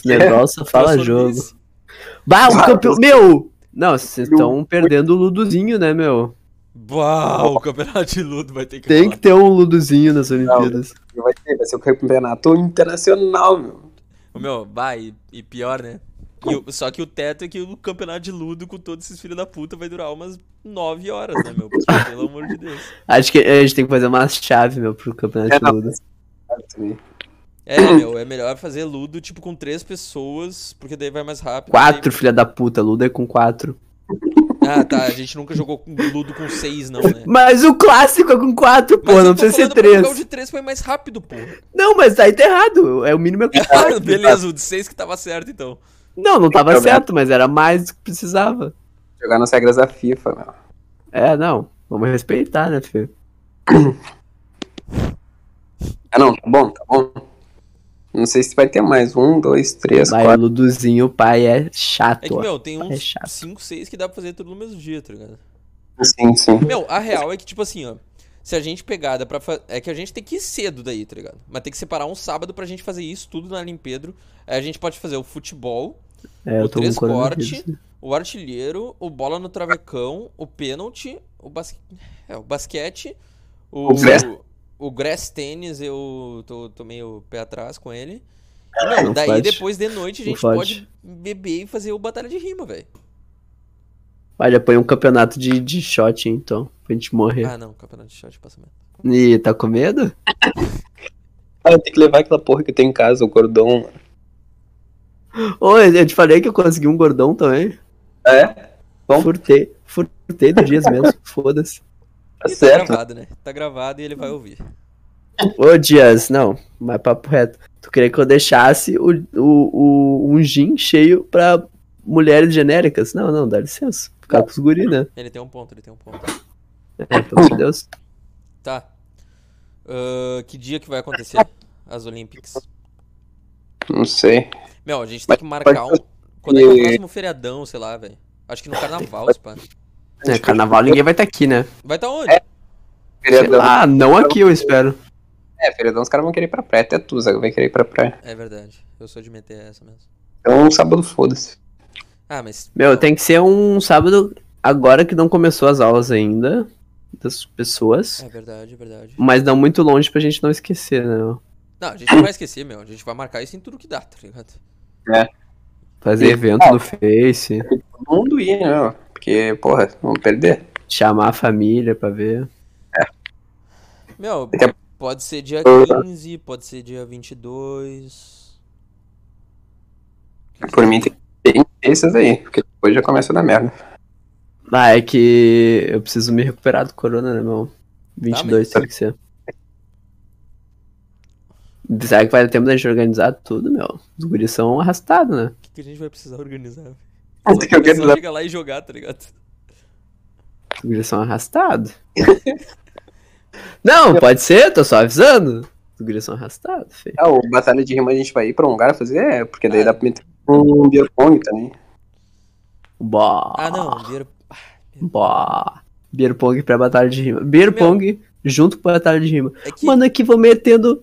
C: Negócio só fala jogo.
A: Transformice.
C: Bah, o
B: Ah,
C: campeão. Meu! Não, vocês
B: Eu-
C: estão perdendo o Luduzinho, né, meu?
A: Uau, o campeonato de ludo vai ter que
C: Tem que
A: rolar.
C: ter um Luduzinho nas Olimpíadas.
B: Vai, ter, vai ser o campeonato internacional, meu.
A: Ô, Meu, vai, e pior, né? E o- só que o teto é que o campeonato de ludo com todos esses filhos da puta vai durar umas 9 horas, né, meu? Porque, pelo amor de Deus.
C: Acho que a gente tem que fazer uma chave, meu, pro campeonato
B: É,
C: de
B: não.
C: Ludo.
A: É, meu, é melhor fazer ludo, tipo, com três pessoas, porque daí vai mais rápido.
C: Quatro, filha da puta. Ludo é com quatro.
A: daí- Ah, tá, a gente nunca jogou com ludo com seis, não, né?
C: Mas o clássico é com quatro, pô.
A: Mas
C: Não
A: eu tô
C: precisa ser
A: falando pra jogar O
C: três.
A: de três foi mais rápido, porra.
C: Não, mas aí tá errado. É o mínimo é com
A: Ah,
C: quatro.
A: beleza, o de seis que tava certo, então.
C: Não, não tava
B: Tá vendo?
C: certo, mas era mais do que precisava.
B: Jogar nas regras da FIFA, meu.
C: É, não. Vamos respeitar, né, filho?
B: Ah, não, tá bom, tá bom. Não sei se vai ter mais. Um, dois, três,
C: Vai,
B: quatro.
C: Luduzinho, pai, é chato.
A: É que,
C: ó.
A: meu, tem
C: É
A: uns
C: chato.
A: cinco, seis que dá pra fazer tudo no mesmo dia, tá ligado?
B: Sim, sim.
A: Meu, a real é que, tipo assim, ó. Se a gente pegar, dá pra fa... É que a gente tem que ir cedo daí, tá ligado? Mas tem que separar um sábado pra gente fazer isso tudo na Limpedro. Aí a gente pode fazer o futebol,
C: É,
A: o
C: eu tô com né?
A: três
C: coronavírus.
A: corte, o artilheiro, o bola no travecão, o pênalti, o, bas... é, o basquete, o,
B: O grass.
A: o grass tênis, eu tô, tô meio pé atrás com ele. E, meu,
C: Não
A: daí
C: pode.
A: depois de noite a
C: Não
A: gente
C: pode.
A: pode beber e fazer o batalha de rima, velho.
C: Vai, já põe um campeonato de, de shot, então. Pra gente morrer.
A: Ah, não, campeonato de shot passa mesmo.
C: Ih, tá com medo?
B: Ah, tem que levar aquela porra que tem em casa, o cordão.
C: Oi, eu te falei que eu consegui um gordão também.
B: É? Bom.
C: Furtei. Furtei do dias mesmo. Foda-se.
B: Tá
A: E Tá
B: certo.
A: gravado, né? Tá gravado e ele vai ouvir.
C: Ô, Dias, não. Mas papo reto. Tu queria que eu deixasse o, o, o, um gin cheio pra mulheres genéricas? Não, não, dá licença. Ficar com os guri, né?
A: Ele tem um ponto, ele tem um ponto.
C: É, pelo amor de Deus.
A: Tá. Ahn, que dia que vai acontecer as Olympics?
B: Não sei.
A: Meu, a gente tem
B: Mas
A: que marcar um. Quando é que é o próximo feriadão, sei lá, velho? Acho que no carnaval, se pá.
C: É, carnaval ninguém vai estar aqui, né?
A: Vai tá onde?
C: Sei
B: Feriadão.
C: lá, não aqui, eu espero.
B: É, feriadão os caras vão querer ir pra praia. Até tu, Zaga, vai querer ir pra praia.
A: É verdade. Eu sou de meter essa mesmo.
B: Então, sábado, foda-se.
A: Ah, mas.
C: Meu, tem que ser um sábado agora que não começou as aulas ainda das pessoas,
A: É verdade, é verdade.
C: mas não muito longe pra gente não esquecer, né?
A: Não, a gente não vai esquecer, meu. A gente vai marcar isso em tudo que dá, tá ligado?
C: Fazer
B: Sim.
C: evento no Face,
B: Todo mundo ir, né? meu? Porque, porra, vamos perder.
C: chamar a família pra ver.
A: Meu,
B: Daqui a-
A: pode ser dia 15, pode ser dia 22.
B: Por mim, tem tem esses aí. Porque depois já começa a dar merda.
C: Ah, é que eu preciso me recuperar do corona, né,
A: Tá,
C: meu? 22
B: Tá,
C: tem que ser. Será que vai dar tempo da gente organizar tudo, meu? Os guris são arrastados, né?
A: O que, que a gente vai precisar organizar? velho? Só
B: Tem que
A: precisar
B: organizar.
A: chegar lá e jogar, tá ligado?
C: Os guris são arrastados. não, pode ser, tô só avisando. Os guris são arrastados, feio.
B: Ah, o Batalha de Rima a gente vai ir pra um lugar fazer? É, porque daí
A: Ah.
B: dá pra meter um beer pong também.
C: Bó.
A: Ah, não. Vieram...
C: Bó. Beer pong pra batalha de rima. Beer
A: Meu.
C: pong junto com a batalha de rima.
A: É que...
C: Mano, aqui vou metendo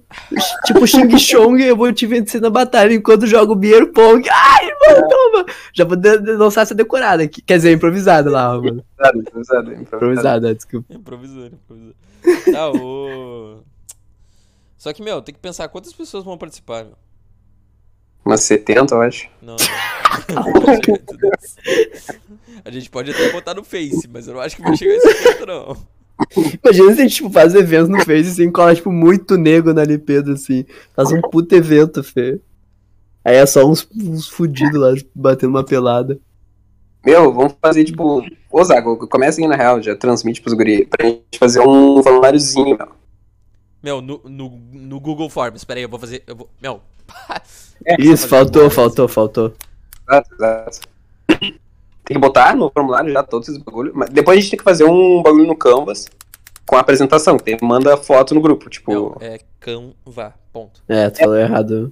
C: tipo Xing Chong, eu vou te vencer na batalha enquanto jogo beer pong. Ai, irmão, toma! Já vou de- de- lançar essa decorada aqui. Quer dizer, improvisada lá, mano.
B: Improvisado, improvisado, improvisado.
C: Improvisada, desculpa.
A: Improvisando, improvisando. Tá, ô. Só que, meu, tem que pensar quantas pessoas vão participar, meu.
B: Umas 70, eu acho.
A: Não. não. Não vai chegar tudo isso. A gente pode até botar no Face, mas eu não acho que vai chegar esse ponto, não.
C: Imagina se a gente tipo, faz eventos no Face, assim, cola, tipo, muito nego na Lipedo, assim. Faz um puto evento, Fê. Aí é só uns, uns fudidos lá batendo uma pelada.
B: Meu, vamos fazer tipo. Ô, Zago, começa aí na real, já transmite pros guri. Pra gente fazer um formuláriozinho, meu.
A: Meu, no, no, no Google Forms, espera aí, eu vou fazer. Eu vou, meu.
C: Isso, faltou, faltou, faltou.
B: Exato, exato. Tem que botar no formulário já todos esses bagulhos. Mas depois a gente tem que fazer um bagulho no Canvas com a apresentação. que Tem, manda foto no grupo,
A: Meu,
B: tipo,
A: é Canva. Ponto.
C: É, tu falou errado.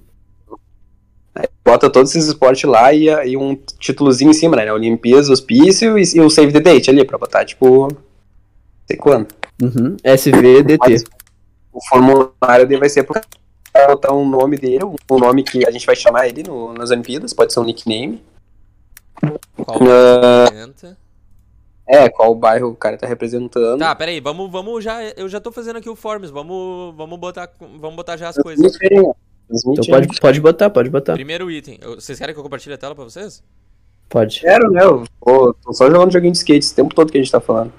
B: bota todos esses esportes lá e, e um títulozinho em cima, né? Olimpíadas, hospício e, e o save the date ali, pra botar, tipo, não sei quando.
C: Uhum. SVDT.
B: Mas o formulário dele vai ser pro cara botar um nome dele, um- um nome que a gente vai chamar ele no- nas Olimpíadas, pode ser um nickname.
A: Qual
B: Ah.
A: representa?
B: É, qual bairro o cara tá representando.
A: Tá, pera aí, vamos, vamos já. Eu já tô fazendo aqui o Forms, vamos, vamos, botar, vamos botar já as coisas.
B: Transmite aí, ó. Transmite né?
C: Então
B: aí.
C: pode, pode botar, pode botar.
A: Primeiro item. Eu- Vocês querem que eu compartilhe a tela pra vocês?
C: Pode.
B: Quero, né? Eu tô, tô só jogando joguinho de skate esse tempo todo que a gente tá falando.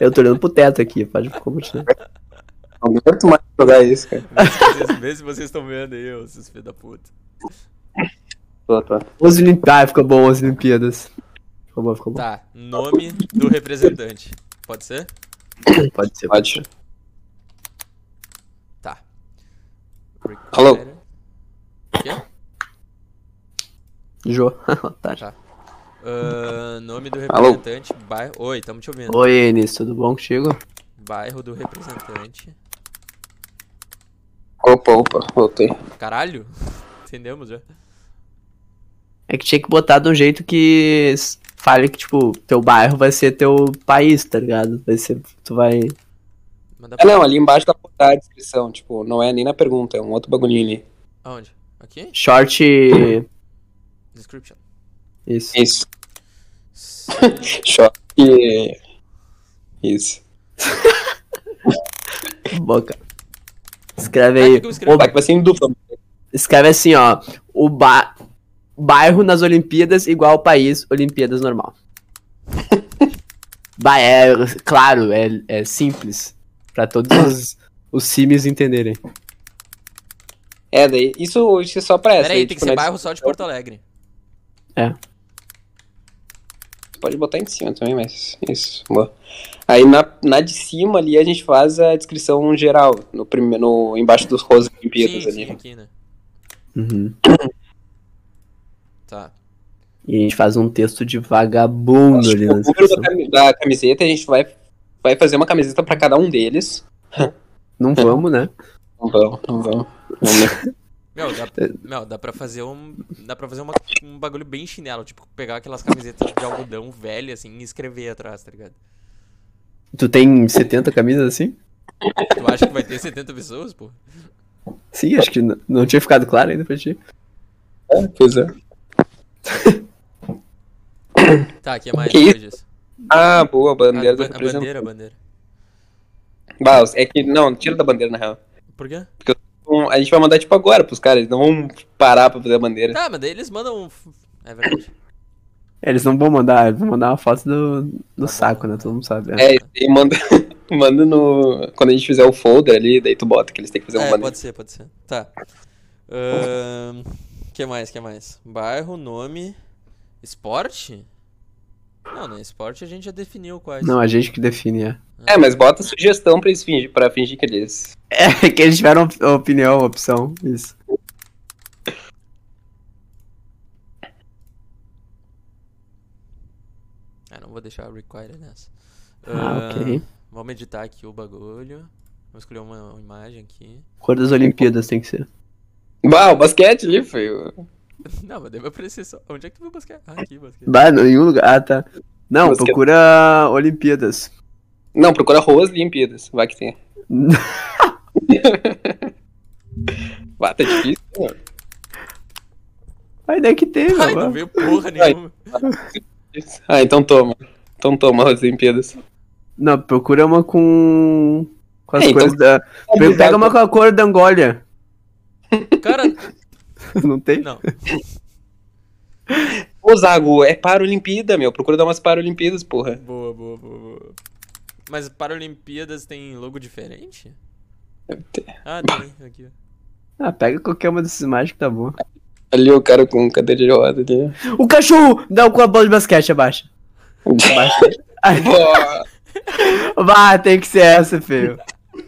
C: Eu tô olhando pro teto aqui, pode continuar.
B: Não aguento mais jogar isso, cara.
A: Vocês- Vê se vocês estão vendo aí, ô, esses filhos da puta.
B: Tô, tô.
C: 11 Olimpíadas. Ah, ficou bom, 11 Olimpíadas. Ficou bom, ficou bom.
A: Tá, nome do representante. Pode ser?
C: Pode ser.
B: Pode.
A: Tá.
B: Alô?
A: Require-
C: Jô. Otário.
A: Ah, nome do
B: Alô?
A: representante, bairro. Oi, tamo te ouvindo.
C: Oi, Enis, tudo bom contigo?
A: Bairro do representante.
B: Opa, opa, voltei.
A: Caralho! Entendemos já.
C: É que tinha que botar de um jeito que s- fale que, tipo, teu bairro vai ser teu país, tá ligado? Vai ser. Tu vai.
A: Manda
B: Ah,
A: pra...
B: não, ali embaixo tá a descrição, tipo, não é nem na pergunta, é um outro bagulhinho ali.
A: Aonde? Aqui?
C: Short.
A: Description.
C: Isso.
B: Isso.
A: Sim.
B: Choque. Isso.
C: Boca. Escreve
A: Ah,
C: aí.
A: tem que eu escrever.
C: o-
B: Vai que vai ser em dupla.
C: escreve assim, ó. O ba... bairro nas Olimpíadas igual país, Olimpíadas normal. bah, é claro, é, é simples. Pra todos os, os símios entenderem.
B: É, daí. Isso, isso é só pra essa.
A: Pera aí,
B: aí,
A: tem que
B: tipo,
A: ser
B: né,
A: bairro só de Porto Alegre.
B: Pode botar em cima também, mas. Isso, boa. Aí na, na de cima ali a gente faz a descrição geral, no primeiro, no, embaixo dos rosas Olimpíadas
A: Sim,
B: ali.
A: sim, aqui, né?
C: Uhum.
A: Tá.
C: E a gente faz um texto de vagabundo
B: Acho que
C: Tá
B: o número
C: ali né? na
B: da
C: descrição.
B: cami- da camiseta, a gente vai, vai fazer uma camiseta pra cada um deles.
C: Não vamos, né?
B: Não vão, não vão. Vamos-
A: Meu, dá,
B: É.
A: meu, dá pra fazer um. Dá pra fazer uma- um bagulho bem chinelo, tipo, pegar aquelas camisetas de algodão velha, assim, e escrever atrás, tá ligado?
C: Tu tem 70 camisas assim?
A: Tu acha que vai ter 70 pessoas, pô?
C: Sim, acho que n- não tinha ficado claro ainda pra ti.
B: É, pois é.
A: Tá, aqui é mais
B: Que isso?
A: depois disso.
B: Ah, boa, a
A: Ah, ban-
B: bandeira do
A: a
B: representante.
A: bandeira, a bandeira.
B: Bah, é que. Não, tira da bandeira, na real.
A: Por quê?
B: Um, a gente vai mandar tipo agora pros caras, eles não vão parar pra fazer a bandeira.
A: Tá, mas daí eles mandam. um f- É verdade.
C: É, Eles não vão mandar, eles vão mandar uma foto do, do
A: bom,
C: saco, né?
A: né?
C: Todo mundo sabe. é.
B: É, e manda, manda no. Quando a gente fizer o folder ali, daí tu bota que eles têm que fazer uma
A: É,
B: bandeira.
A: pode ser, pode ser. Tá. Ahn, que mais, que mais? Bairro, nome. Esporte? Não, né? Esporte a gente já definiu quais.
C: Não, a gente que define, é.
B: É, mas bota sugestão pra eles fingir, pra fingir que eles.
C: É que eles tiveram op- opinião, opção, isso.
A: Ah, não vou deixar a required nessa.
C: Ah,
A: Ahn,
C: ok.
A: Vamos editar aqui o bagulho. Vamos escolher uma, uma imagem aqui.
C: Cor das Olimpíadas tem que ser.
B: Bah, o basquete ali, foi.
A: Não, mas deve aparecer só. Onde é que tu viu o basquete? Ah, aqui, basquete.
C: Bah, não, em um lugar. Ah, tá. Não,
B: Mas que-
C: procura Olimpíadas.
B: Não, procura Ruas Olimpíadas, vai que tem. Bah, tá difícil. né?
C: Aí daí que tem, né?
A: Ai,
C: mano.
A: não veio porra nenhuma.
B: Ah, então toma. Então toma Ruas Olimpíadas.
C: Não, procura uma com. Com as
B: É, então-
C: cores da. Pe- Pega uma com a cor da Angólia.
A: Cara,
C: Não tem?
A: não.
B: Ô, Zago, é Paralimpíada, meu. Procura dar umas Paralimpíadas, porra.
A: Boa, boa, boa, boa. Mas Paralimpíadas tem logo diferente?
B: Deve ter.
A: Ah, tem. Aqui, ó.
C: Ah, pega qualquer uma desses mais que tá bom.
B: Ali o cara com cadeira de roda ali.
C: O cachorro! Não, com a bola de basquete abaixa. Abaixa. Aí-
B: Boa.
C: Bah, tem que ser essa, feio.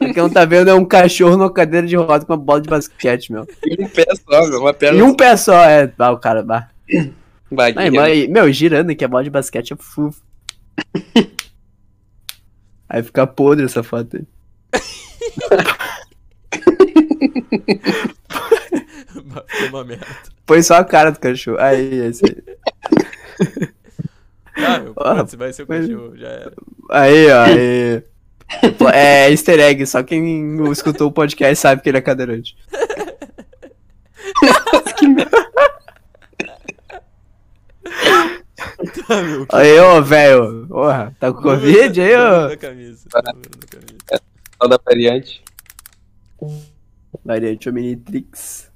C: Quem não tá vendo é um cachorro numa cadeira de roda com uma bola de basquete, meu.
B: E um pé só, meu. Uma perna assim,
C: E um pé só, é. Ah, o cara, bah.
B: Baguinha.
C: Aí, mas, meu, girando que a bola de basquete é fofo. Aí fica podre essa foto aí.
A: Bah, Foi uma merda.
C: Põe só a cara do cachorro. Aí, esse aí.
A: Ah, meu,
C: Ah,
A: putz, vai ser o
C: mas-
A: cachorro, já era.
C: Aí, ó. Aí. Pô, É easter egg, só quem escutou o podcast sabe que ele é cadeirante.
A: Tá, meu, que
C: Aí, ô, velho. Porra, tá com Covid aí,
A: Tô
C: ô?
A: vendo a camisa, tô vendo a camisa.
B: Só da variante.
C: Variante Omnitrix.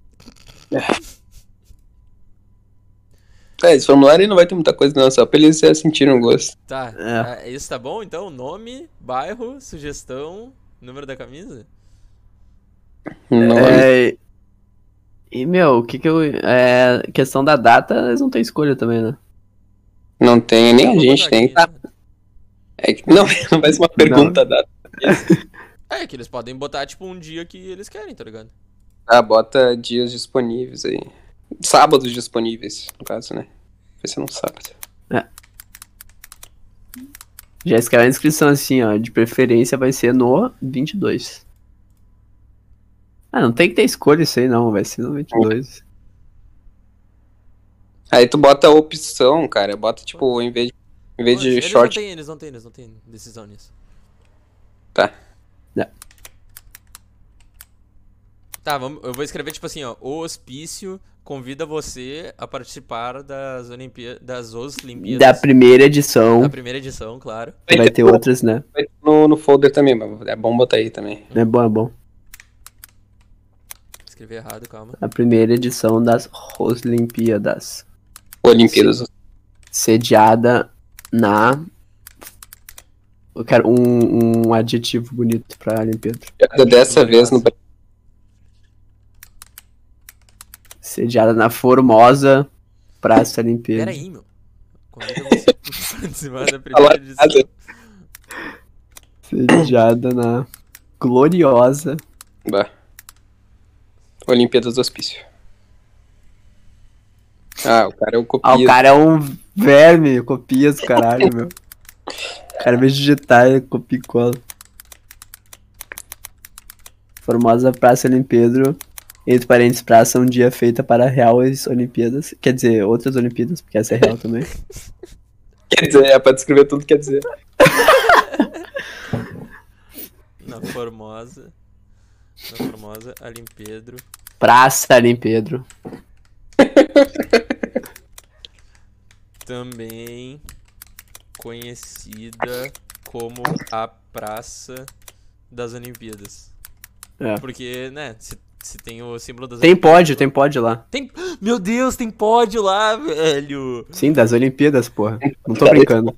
B: É, esse formulário não vai ter muita coisa, não. Só pra eles se sentirem o gosto.
A: Tá,
C: É.
A: ah, isso tá bom então? Nome, bairro, sugestão, número da camisa?
B: Não,
C: É. E, meu, o que que eu. É. Questão da data, eles não têm escolha também, né?
B: não tem, nem a
A: Vou
B: gente
A: botar
B: tem.
A: aqui, né?
B: É que- não, não faz uma pergunta dada.
A: É, que eles podem botar tipo um dia que eles querem, tá ligado?
B: Ah, bota dias disponíveis aí. Sábados disponíveis, no caso, né? Vai ser num sábado.
C: Já escreve a inscrição assim, ó. De preferência vai ser no 22. Ah, não tem que ter escolha isso aí, não. Vai ser no 22.
B: Aí tu bota a opção, cara. Bota, tipo, em vez de, em vez
A: Mas
B: de
A: eles
B: short.
A: Não têm, eles não têm, eles não têm decisão nisso.
B: Tá.
C: Não.
A: Tá, vamos, eu vou escrever tipo assim, ó. O hospício convida você a participar das Olimpíadas, das Os
C: da
A: Olimpíadas.
C: primeira edição.
A: da primeira edição, claro.
B: Tá
C: Vai ter outras, né?
B: Vai ter no, no folder também, mas é bom botar aí também.
C: É bom, é bom.
A: Escrevi errado, calma.
C: A primeira edição das Roslimpíadas.
B: Olimpíadas.
C: Sediada na. Eu quero um, um adjetivo bonito pra Olimpíada.
B: Olimpíada Dessa vez no Brasil.
C: Sediada na Formosa Praça Olimpíada.
A: Pera aí, meu. Convida você a participar da primeira edição.
C: Sediada na gloriosa
B: Bah. Olimpíadas do Hospício. Ah, o cara é o
C: Ah, o
B: copia.
C: cara é um verme, copia os caralho, meu. O cara, em vez de digitar, ele copia e cola. Formosa Praça Olim Pedro, entre parênteses, praça, um dia feita para reais Olimpíadas. Quer dizer, outras Olimpíadas, porque essa é real também.
B: Quer dizer, é pra descrever tudo que quer dizer.
A: Na Formosa. Na Formosa, Alim Pedro.
C: Praça Olim Pedro.
A: Também conhecida como a Praça das Olimpíadas.
C: É.
A: Porque, né, se, se tem o símbolo das
C: Tem pódio, tem pódio lá.
A: Tem... Meu Deus, tem pódio lá, velho!
C: Sim, das Olimpíadas, porra. Não tô brincando.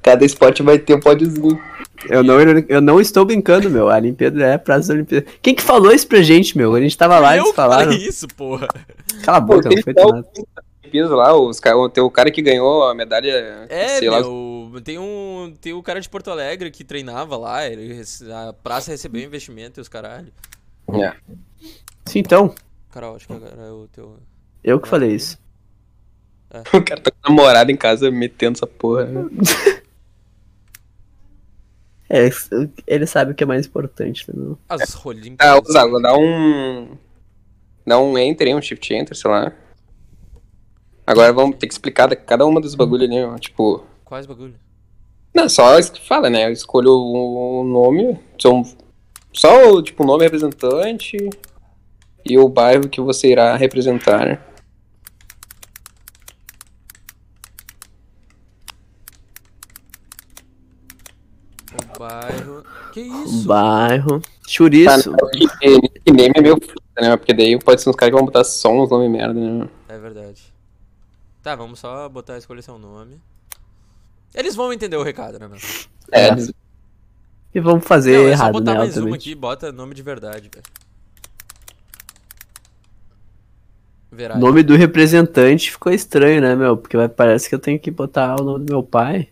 B: Cada esporte vai ter um pódiozinho.
C: Eu não, eu não estou brincando, meu. A Olimpíada é Praça da Olimpíada. Quem que falou isso pra gente, meu? A gente tava lá e
A: Eu
C: eles
A: que
C: falaram.
A: falei isso, porra!
C: Cala a
B: Pô, então- tem
C: boca, não
B: que
C: foi
B: dar
C: nada.
B: o piso lá, os ca- tem o cara que ganhou a medalha,
A: É,
B: sei lá,
A: meu, tem um. Tem o cara de Porto Alegre que treinava lá, ele rece- a praça recebeu investimento e os caralho.
C: Sim, então,
A: Carol, acho que agora é o teu.
C: eu que falei isso.
B: o cara tá com namorada em casa metendo essa porra.
C: É, ele sabe o que é mais importante, né? entendeu?
A: As rolinhas.
B: Ah, ô, Zago, dá um. Dá um enter, hein, um shift enter, sei lá. Agora vamos ter que explicar da- cada uma dos bagulho ali, ó, tipo.
A: Quais bagulho?
B: Não, só isso que fala, né? Eu escolho o o nome, são só o tipo, nome representante e o bairro que você irá representar, né?
A: O bairro. Que isso?
C: Bairro.
B: Tá,
C: Chouriço.
B: né? Porque nickname é meio foda, né? Porque daí pode ser uns caras que vão botar só uns nomes merda, né?
A: É verdade. Tá, vamos só botar escolher seu nome. Eles vão entender o recado, né, meu?
B: É,
C: É.
B: eles-
C: E vamos fazer
A: Não, é só
C: errado,
A: botar
C: né?
A: mais uma
C: Obviamente.
A: aqui, bota nome de verdade, velho.
C: O
A: Verade.
C: nome do representante ficou estranho, né, meu? Porque vai- parece que eu tenho que botar o nome do meu pai.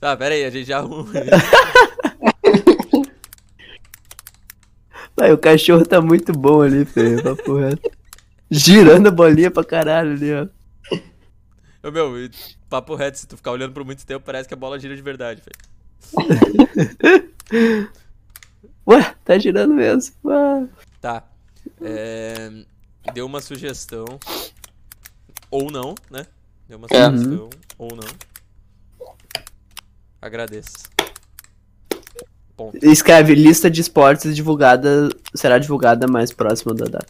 A: Tá, pera aí, a gente já arruma.
C: Vai, o cachorro tá muito bom ali, Ferreira. Papo reto. Girando a bolinha pra caralho ali, ó.
A: Ô, Meu, e papo reto, se tu ficar olhando por muito tempo, parece que a bola gira de verdade, velho.
C: Ué, tá girando mesmo. Ué.
A: Tá. É, Deu uma sugestão. Ou não, né? Deu uma
B: É.
C: Uhum.
A: sugestão. Ou não. Agradeço. Ponto.
C: Escreve lista de esportes divulgada. Será divulgada mais próxima da data.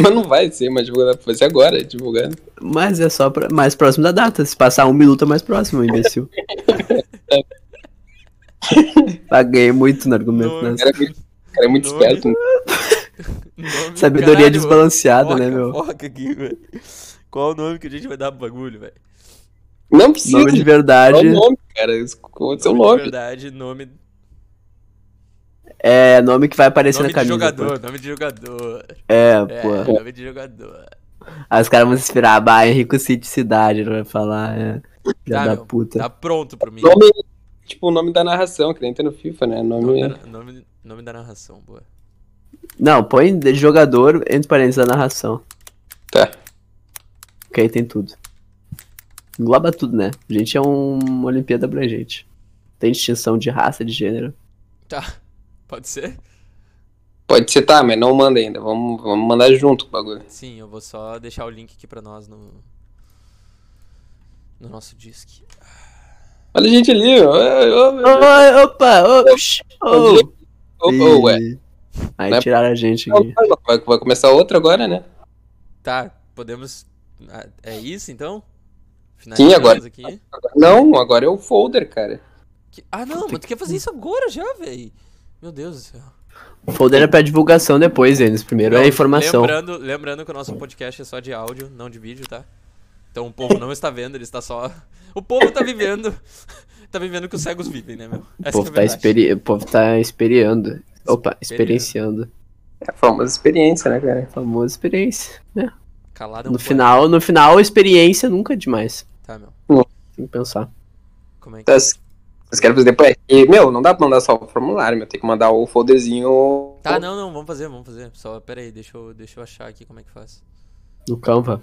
B: Mas não vai ser, mas divulgar, vai ser agora, divulgando.
C: Mas é só pra, mais próximo da data. Se passar um minuto é mais próximo, imbecil. Paguei muito no argumento né?
A: Não,
B: O
C: nessa.
B: cara, é muito- o cara é muito
A: Nome.
B: esperto. né?
A: Nome,
C: Sabedoria
A: caralho,
C: desbalanceada,
A: foca,
C: né, meu?
A: Foca aqui, velho. Qual o nome que a gente vai dar pro bagulho, velho?
B: Não precisa.
C: Nome de verdade
B: Qual o nome, cara? Escolha o seu
A: Nome de
B: nome.
A: verdade, nome,
C: é nome que vai aparecer
A: nome
C: na
A: de
C: camisa.
A: jogador,
C: pô.
A: nome de jogador.
C: É,
A: É,
C: pô.
A: nome de jogador.
C: Aí os caras vão se inspirar, bah, Henrico City Cidade, ele vai falar, é. Filha
A: Tá,
C: da
A: meu,
C: puta.
A: Tá pronto pro mim.
B: Nome, tipo, o nome da narração, que nem tem no FIFA, né? Nome.
A: Nome da, nome- nome da narração, boa.
C: Não, põe de jogador entre parênteses da narração.
B: Tá.
C: Que aí tem tudo. Engloba tudo, né? A gente é um- uma Olimpíada abrangente. Tem distinção de raça, de gênero.
A: Tá, pode ser?
B: Pode ser, tá, mas não manda ainda. Vamos, vamos mandar junto o bagulho.
A: Sim, eu vou só deixar o link aqui pra nós no. No nosso disc.
B: Olha a gente ali, ó. Ô, ô,
C: Oi, opa! ô, psh, ô.
B: ô, ô, ô, ué.
C: Ih. Aí
B: Né?
C: tiraram a gente
B: Não,
C: aqui.
B: não, Vai, vai começar outra agora, né?
A: Tá, podemos. ah, É isso então?
B: agora.
A: Aqui.
B: Não, agora é o folder, cara.
A: Que- Ah, não, mas tu quer fazer isso agora já, véi? Meu Deus do céu.
C: O folder é pra divulgação depois, eles. Primeiro é
A: Não,
C: a informação.
A: Lembrando, lembrando que o nosso podcast é só de áudio, não de vídeo, tá? Então o povo não está vendo, ele está só. O povo tá vivendo. tá vivendo o que os cegos vivem, né, meu?
C: O
A: Essa que
C: povo,
A: é a
C: tá
A: verdade.
C: experi... o povo tá experiando. Opa, experienciando.
B: É a famosa experiência, né, cara?
C: Famosa experiência. né?
A: Calado é um
C: No
A: poeta.
C: final, no final, experiência nunca é demais.
A: Tá, meu.
C: Tem que pensar.
A: Como é que.
B: Então, se- vocês querem fazer depois? E, meu, não dá pra mandar só o formulário, meu. Tem que mandar o folderzinho.
A: Tá, não, não, vamos fazer, vamos fazer. Só, pera aí, deixa eu, deixa eu achar aqui como é que faz.
C: No Canva.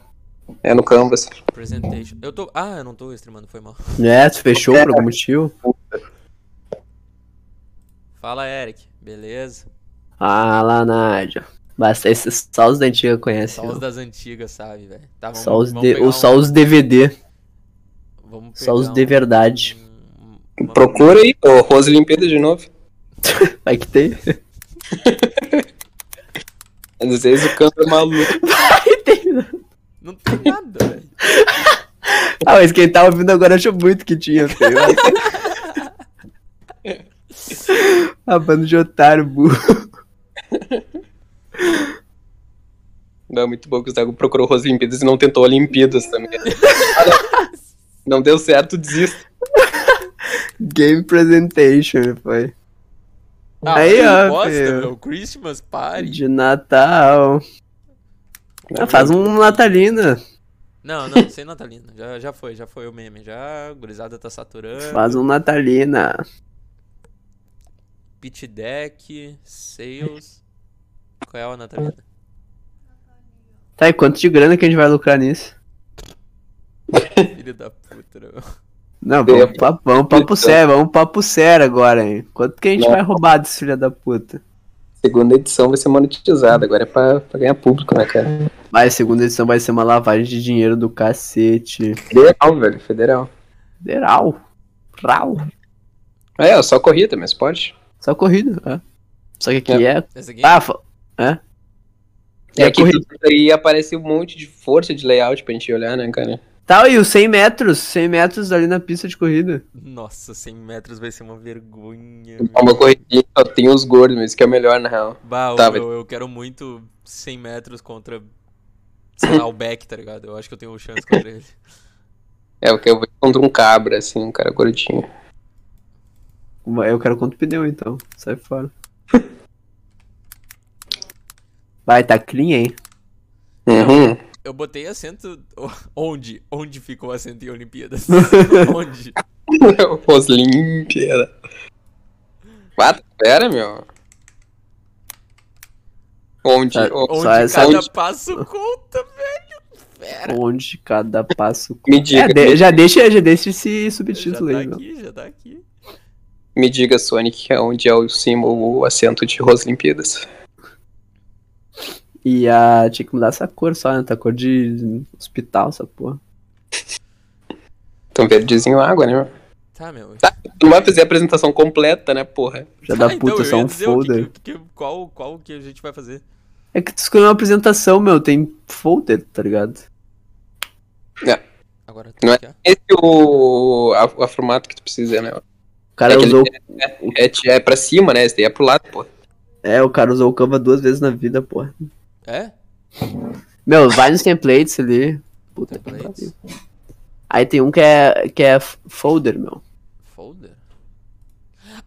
B: É no Canvas.
A: Presentation. Eu tô. Ah, eu não tô streamando, foi mal.
C: É, tu fechou por algum motivo?
A: Fala, Eric. Beleza?
C: Ah, lá, Nádia. Basta, esses só os da antiga conhecem.
A: Só os
C: viu?
A: das antigas, sabe, velho? Tá, vamos,
C: Só os,
A: vamos
C: de...
A: pegar
C: ou só
A: um-
C: os DVD.
A: vamos
C: só os
A: pegar
C: de verdade.
A: um- uma-
B: Procura aí, ô, Rose Limpeda de novo.
C: Vai que tem.
B: Às vezes o Canvas é maluco.
C: Vai tem. né?
A: Não tem nada, velho.
C: Ah, mas quem tá ouvindo agora achou muito que tinha, tá feio. ah, bando de otário, burro.
B: Não é muito bom que o Zago procurou Rose Limpedas e não tentou Olimpíadas também. Ah, não. não deu certo, desista.
C: Game presentation, foi.
A: Ah,
C: Aí,
A: mas
C: ó,
A: que bosta,
C: filho.
A: meu. Christmas Party.
C: De Natal. Ah, faz um natalina.
A: Não, não, sem Natalina. Já, já foi, já foi o meme. Já, a gurizada tá saturando.
C: Faz um natalina.
A: Pitch deck, sales. Qual é o Natalina?
C: Tá, e quanto de grana que a gente vai lucrar nisso?
A: Filho da puta, né, meu?
C: Não,
B: Eu-
C: vamos, papo, vamos papo sério, vamos papo sério agora, hein? Quanto que a gente
B: Não.
C: vai roubar desse filho da puta?
B: Segunda edição vai ser monetizada, agora é pra, pra ganhar público, né, cara?
C: Vai, segunda edição vai ser uma lavagem de dinheiro do cacete.
B: Federal, velho, federal.
C: Federal. Rau.
B: É, ó, só corrida, mas esporte.
C: Só corrida, é. Só que aqui é.
A: Essa aqui?
C: Ah, fa-
B: E
C: É
B: aqui
C: corrida.
B: aí aparece um monte de força de layout pra gente olhar, né, cara?
C: Tá, e os 100 metros? 100 metros ali na pista de corrida.
A: Nossa, 100 metros vai ser uma vergonha.
C: Tá
B: É
A: meu.
B: Uma corridinha só tem os gordos, mas isso que é o melhor, na real.
A: Bah,
B: Tá,
A: eu, eu quero muito 100 metros contra, sei lá, o Beck, tá ligado? Eu acho que eu tenho chance contra ele.
B: É, porque eu vou contra um cabra, assim, um cara gordinho.
C: Eu quero quanto pneu então. Sai fora. Vai, tá clean, hein?
B: Uhum.
A: Eu botei acento. o- Onde? Onde ficou o acento em Olimpíadas? Onde?
B: Roslin Pera. Quatro pera, meu. Onde?
C: Tá.
B: ô,
A: Onde
C: Só essa-
A: cada
B: onde-
A: passo conta, velho. Pera.
C: Onde cada passo.
B: Me diga,
C: É, de- já, deixa, já deixa esse subtítulo
A: já tá
C: aí, meu.
A: aqui, já tá aqui.
B: me diga, Sonic, onde é o símbolo, o acento de Roslimpíadas.
C: E a. Tinha que mudar essa cor só, né? Tá cor de hospital, essa porra.
B: Então verdezinho água, né, meu?
A: Tá, meu.
B: Tu não vai fazer a apresentação completa, né, porra?
C: Já
A: Tá,
C: dá puta,
A: então, eu
C: só
A: ia
C: um
A: dizer o que-
C: folder.
A: que- que- qual, qual que a gente vai fazer?
C: É que tu escolheu uma apresentação, meu, tem folder, tá ligado?
A: Agora tá
B: Não é?
A: aqui, ó.
B: Esse é o a, a formato que tu precisa, né?
C: O cara
B: É que ele-
C: usou.
B: É, ti- é pra cima, né? Esse daí é pro lado, porra.
C: É, o cara usou o Canva duas vezes na vida, porra.
A: É?
C: Meu, vários templates ali.
A: Então
C: Puta que
A: Templates.
C: pariu. Aí tem um que é, que é f- folder, meu.
A: Folder?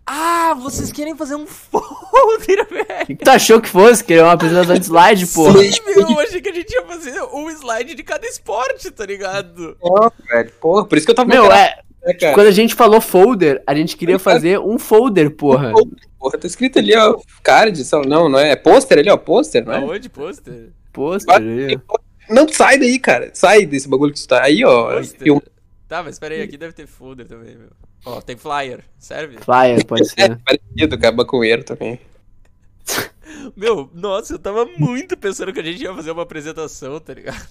A: Ah, vocês querem fazer um folder, velho.
C: O que, que tu achou que fosse? Que é uma apresentação de slide, porra.
A: Sim, meu, eu achei que a gente ia fazer um slide de cada esporte, tá ligado?
B: velho. É, Porra, por isso que eu tava
C: Meu,
B: enganado,
C: é.
B: né, cara?
C: Quando a gente falou folder, a gente queria fazer um folder, porra.
B: Porra, tá escrito ali, ó. Card, só- não, não é. É pôster ali, ó. Pôster,
C: é?
B: né?
A: Aonde, pôster?
C: Pôster aí.
B: Não, sai daí, cara. Sai desse bagulho que tu tá aí, ó.
A: Pôster.
B: Filma.
A: Tá, mas pera aí, aqui deve ter folder também, meu. Ó, tem flyer, serve?
C: Flyer, pode
B: É,
C: ser.
B: parecido, cara. Maconheiro também.
A: Meu, nossa, eu tava muito pensando que a gente ia fazer uma apresentação, tá ligado?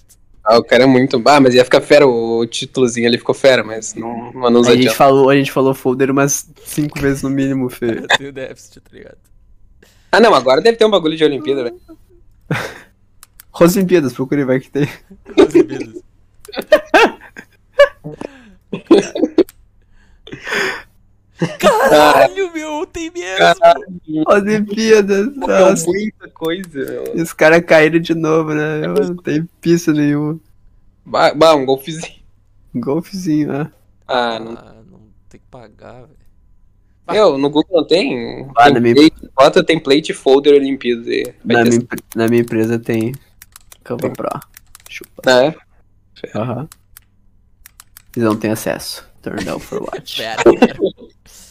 B: Ah, o cara é muito. Ah, mas ia ficar fera, o títulozinho ali ficou fera, mas não, mas não
C: A gente,
B: adianta.
C: falou, a gente falou folder umas cinco vezes no mínimo, Fê.
A: Eu tenho déficit, tá ligado?
B: Ah, não, agora deve ter um bagulho de Olimpíada, velho.
C: Roslimpíadas, procure, vai que tem.
A: As bebidas. Caralho, meu, tem mesmo.
C: Roslimpíadas, nossa.
B: muita coisa, meu.
C: E os caras caíram de novo, né? Eu Não tem pista nenhuma.
B: Bah, bah, um golfezinho.
C: Golfezinho, né?
B: Ah, não.
A: Ah, não tem que pagar, velho.
B: Meu, no Google não tem.
C: Ah, na minha-
B: template, Bota template folder Olimpíadas aí. Vai
C: Na
B: ter
C: minha, empre- na minha empresa tem Canva Pro. Chupa.
B: essa- né?
C: Aham. Eles não têm acesso. Turn down for watch.
A: Pera, pera.